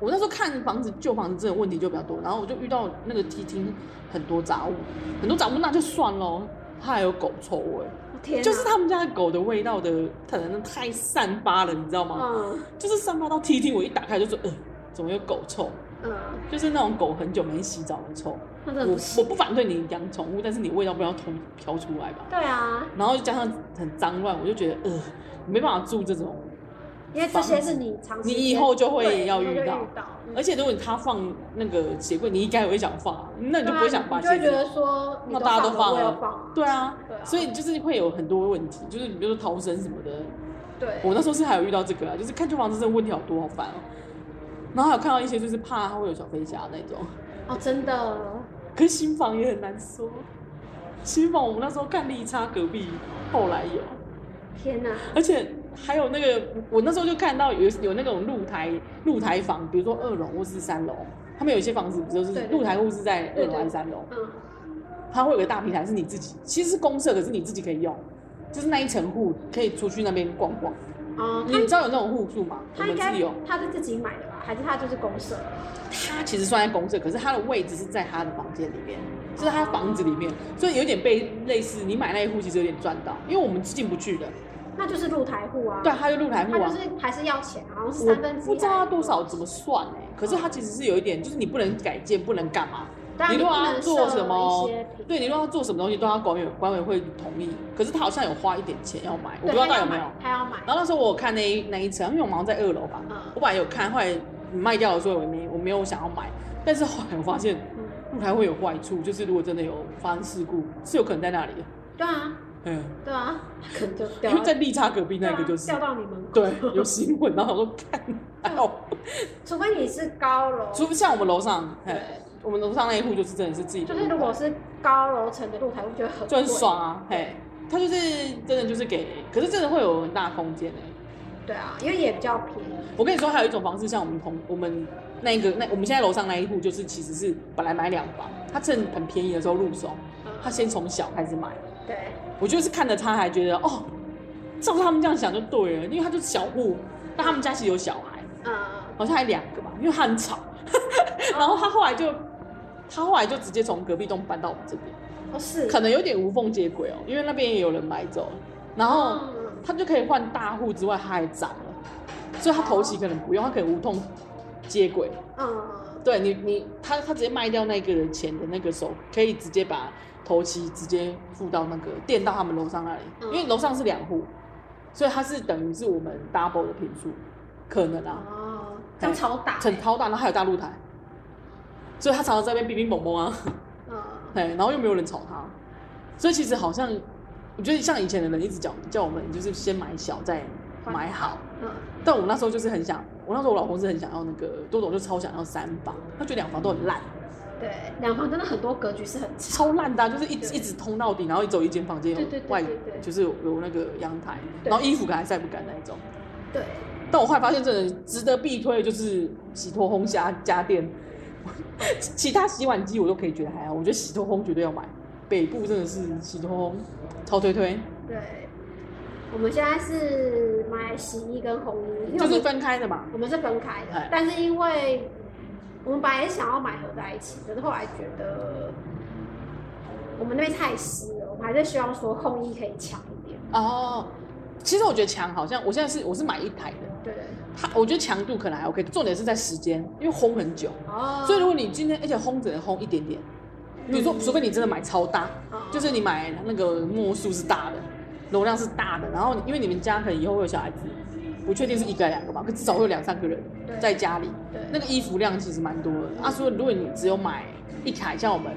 我那时候看房子旧房子真的问题就比较多，然后我就遇到那个梯厅很多杂物，很多杂物那就算咯，它还有狗臭味，
我天哪，
就是他们家的狗的味道的，可能太散发了，你知道吗？
嗯
就是散发到梯厅，我一打开就说，呃，怎么有狗臭？
嗯，
就是那种狗很久没洗澡的臭。
那真的
我
不行
我不反对你养宠物，但是你味道不要通飘出来吧。
对啊，
然后加上很脏乱，我就觉得呃，没办法住这种。
因为这些是你长时间
你以后就会
对
要
以后
遇
就
到
到，嗯
而且如果他放那个鞋柜，你应该也会想放啊，那你就不会想
对啊
把
你就
鞋
会觉
子。
得说，你
那大家都
放了，我
放
也
啊
要放，
对啊，
对啊
所以就是会有很多问题，就是比如说逃生什么的。
对，
我那时候是还有遇到这个啊，就是看旧房子真的问题好多，好烦哦、然后还有看到一些就是怕它会有小飞侠那种，
哦，真的，
可是新房也很难说。新房我们那时候看利差隔壁，后来有，
天哪，
而且还有那个，我那时候就看到有有那种露台露台房，比如说二楼或是三楼，他们有一些房子不就是
对对对
露台户是在二
对对
楼还是三楼，
嗯，
它会有个大平台是你自己，其实是公社，可是你自己可以用，就是那一层户可以出去那边逛逛。
哦，
你
他
知道有那种户数吗？我
他
们
应
自己
该
有，
他是自己买的吧，还是他就是公社？
它其实算在公社，可是它的位置是在他的房间里面，就是他房子里面，所以有点被类似你买那一户其实有点赚到，因为我们进不去的，
那就是露台户啊，
对，，它就露台户
他
啊。
就是还是要钱，好像是
我
三分之一，
不知道它多少，怎么算哎、可是它其实是有一点，就是你不能改建，不能干嘛。
当然啊你
你如果
不
要
能
做
设
什么
一些品，
对你如果要做什么东西，都要管委管委会同意。可是他好像有花一点钱要买，我不知道
他
他有
要
没有。
买，他要买，
然后那时候我有看那一那一层，因为我们好像在二楼吧，
嗯
我本来有看，后来卖掉了，所以我没我没有想要买。但是后来我发现
嗯
露台会有坏处，就是如果真的有发生事故，是有可能在那里的。
对啊，
嗯，
对啊，他可能就掉
因为
到，
在利差隔壁那个
对啊
就是
掉，到你门口，
对，
<laughs>
有新闻，然后我说看，还好
除非你是高楼，
除非像我们楼上，
对
嘿，我们楼上那一户就是真的是自己的
就
户，
是如果是高楼层的露台户，就会很
就很
贵，
爽啊，嘿，他就是真的就是给，可是真的会有很大空间哎、
对啊，因为也比较便宜，
我跟你说，还有一种方式，像我们同我们那一个那我们现在楼上那一户，就是其实是本来买两房，他趁很便宜的时候入手，他先从小开始买，
嗯对，
我就是看着他还觉得哦，照他们这样想就对了，因为他就是小户，但他们家其实有小孩，
嗯。
好像还两个吧，因为他很吵，
哦
<laughs> 然后他后来就他后来就直接从隔壁栋搬到我们这边。
哦，是，
可能有点无缝接轨哦，因为那边也有人买走了，然后
嗯
他就可以换大户之外，他还涨了，所以他头期可能不用，他可以无痛接轨。
嗯，
对你，你他他直接卖掉那个人钱的那个手，可以直接把头期直接付到那个垫到他们楼上那里，
嗯
因为楼上是两户，所以他是等于是我们 double 的平数，可能啊，
嗯哦，这样超大，
很超大，然后还有大露台，所以他常常在那边冰冰蹦蹦啊，
嗯，
哎，然后又没有人吵他，所以其实好像我觉得像以前的人一直叫叫我们就是先买小再买好，
嗯，
但我那时候就是很想，我那时候我老公是很想要那个多总就超想要三房，他觉得两房都很烂，
对，两房真的很多格局是很差，
超烂的啊、就是一
对
直一直通到底，然后走一间房间有
对对对
外
对对
就是有有那个阳台，
对
然后衣服干还晒不干那一种。
对，
但我后来发现，真的值得必推的就是洗脱烘家家电， <laughs> 其他洗碗机我都可以觉得还好，我觉得洗脱烘绝对要买。北部真的是洗脱烘超推推，
对，我们现在是买洗衣跟烘衣，因为我
就
们
是分开的嘛。
我们是分开的
哎，
但是因为我们本来也想要买合在一起，可是后来觉得我们那边太湿了，我们还是希望说烘衣可以强一点。
哦，其实我觉得墙好像我现在是我是买一台的，
对，
它我觉得强度可能还 OK，重点是在时间，因为烘很久，
哦
所以如果你今天而且烘只能烘一点点，
嗯
比如说除非你真的买超大，就是你买那个墨数是大的，容量是大的，然后你因为你们家可能以后会有小孩子，不确定是一个还是两个吧，可至少会有两三个人
对
在家里，
对
那个衣服量其实蛮多的。啊，所以如果你只有买一台，像我们，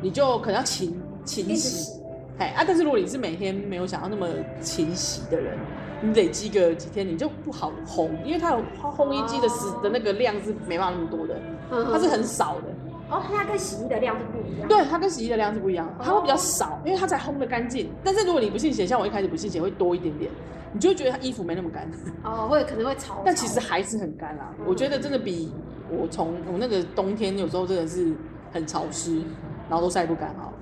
你就可能要勤勤
一直
洗
洗，
哎啊，但是如果你是每天没有想要那么勤洗的人，你累积个几天，你就不好烘，因为它有它烘衣机的时的那个量是没办法那么多的，它是很少的。
嗯哦，它跟洗衣的量是不一样。
对，它跟洗衣的量是不一样
哦
的，它会比较少，因为它才烘的干净。但是如果你不信邪，像我一开始不信邪，会多一点点，你就会觉得它衣服没那么干，
哦，会可能会潮。
但其实还是很干
嗯
啦。我觉得真的比我从我那个冬天有时候真的是很潮湿，然后都晒不干好，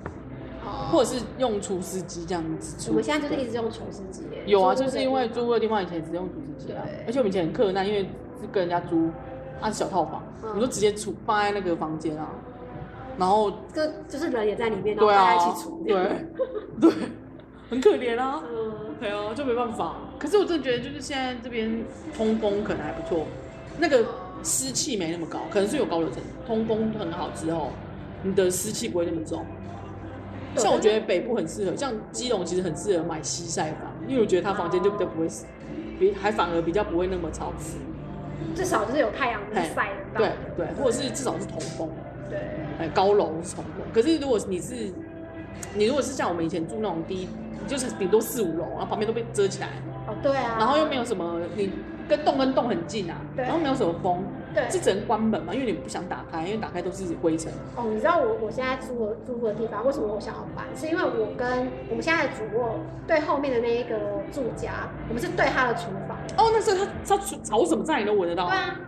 或者是用除湿机这样
哦
子
我
除。
们现在就是一直用除湿机耶。
有啊，
除
就
湿
是
机
因为租的地方以前只用除湿机啊
对，
而且我们以前很困难，因为是跟人家租，啊小套房，
嗯
你就直接除放在那个房间啊，然后
就就是人也在里面，然后
对
大
啊，
家一起除。
对对，很可怜啊。
嗯，
对啊，就没办法。可是我真的觉得，就是现在这边通风可能还不错，那个湿气没那么高，可能是有高楼层，通风很好之后，你的湿气不会那么重。
对
像我觉得北部很适合，像基隆其实很适合买西晒房，因为我觉得它房间就比较不会湿，比还反而比较不会那么潮湿。
至少就是有太阳能
嘿
晒得到。
对对，或者是至少是通风。
对，
哎，高楼重楼。可是如果你是，你如果是像我们以前住那种低，就是顶多四五楼，然后旁边都被遮起来，
哦对啊。
然后又没有什么，你跟洞跟洞很近啊，
对
然后没有什么风，
对
就只能关门嘛，因为你不想打开，因为打开都是灰尘。
哦，你知道我我现在住的住的地方为什么我想要搬？是因为我跟我们现在的主卧对后面的那一个住家，我们是对他的厨房。
哦，那时候它它吵什么在你都闻得到。
对啊，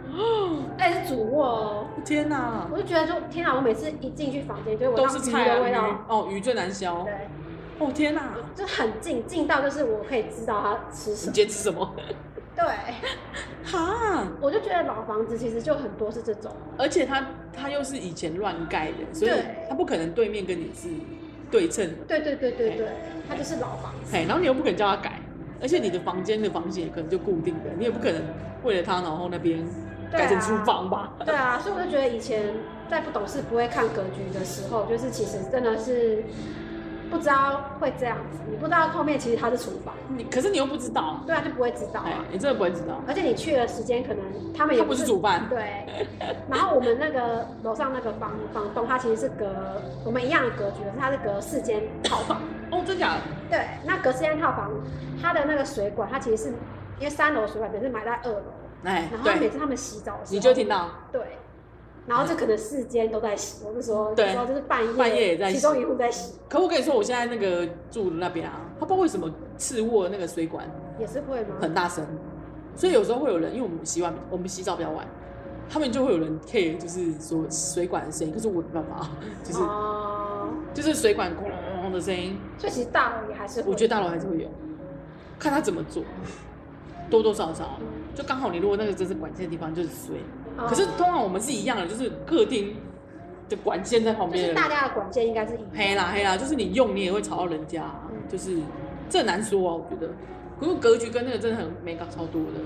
哎、是主卧哦。
天哪，
我就觉得就天哪，我每次一进去房间就闻
都
到
是
鱼
菜
的
啊
味
鱼
道，
哦鱼最难消。
对，
哦天哪，
就很近，近到就是我可以知道他吃什
你
么。
今天吃什么？ <laughs>
对，
哈，
我就觉得老房子其实就很多是这种，
而且它它又是以前乱盖的，所以
对
它不可能对面跟你是对称的。
对对对对对，它就是老房子。
哎，然后你又不肯叫他改，而且你的房间的房型也可能就固定的，你也不可能为了他然后那边
啊
改成厨房吧？
<laughs> 对啊，所以我就觉得以前在不懂事、不会看格局的时候，就是其实真的是不知道会这样子，你不知道后面其实它是厨房，
你可是你又不知道，
对啊，就不会知道
哎
啊。，
你真的不会知道，
而且你去的时间可能他们啊也
他不是主办
对。然后我们那个楼上那个房房东，他其实是隔我们一样的格局，可是他是隔四间套房。
哦，真假的？
对，那隔四间套房，它的那个水管，它其实是因为三楼水管本身买在二楼，
哎
然，后每
对，
次他们洗澡的时候，
你就听到
对，然后这可能四间都在洗，我是说，
对
有时候就是半夜，
半夜也在洗
其中一户在洗，
可我跟你说，我现在那个住的那边啊，他不知道为什么次卧那个水管
也是会吗？
很大声，所以有时候会有人，因为我们洗碗，我们洗澡比较晚，他们就会有人 care，就是说水管的声音，可是我没办法，就是、
哦，
就是水管咣咣咣的声音，
所以其实大楼也还是会，
我觉得大楼还是会有，看他怎么做，多多少少，就刚好你如果那个真是管线的地方就是衰，
哦
可是通常我们是一样的，就是客厅的管线在旁
就
边
是
的，
大家的管线应该是一样，
黑啦黑啦，就是你用你也会吵到人家啊、
嗯
就是这很难说啊，我觉得，可是格局跟那个真的很没搞超多的，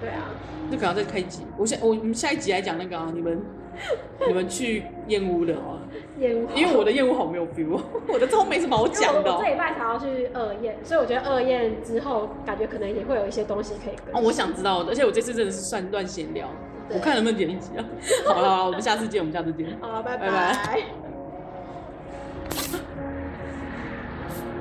对啊，
那可能要再开一集，我下我我们下一集来讲那个啊，
<laughs>
你们你们去燕屋的哦、
厌恶，
因为我的燕屋好没有 feel，我的都没什么好
因为我 <laughs>
讲的、哦
我这礼拜才要去二验，所以我觉得二验之后，感觉可能也会有一些东西可以跟。
哦哦，我想知道，而且我这次真的是算乱闲聊，
对
我看能不能点一集啊。好了好了，我们下次见，我们下次见。
好，拜
拜
拜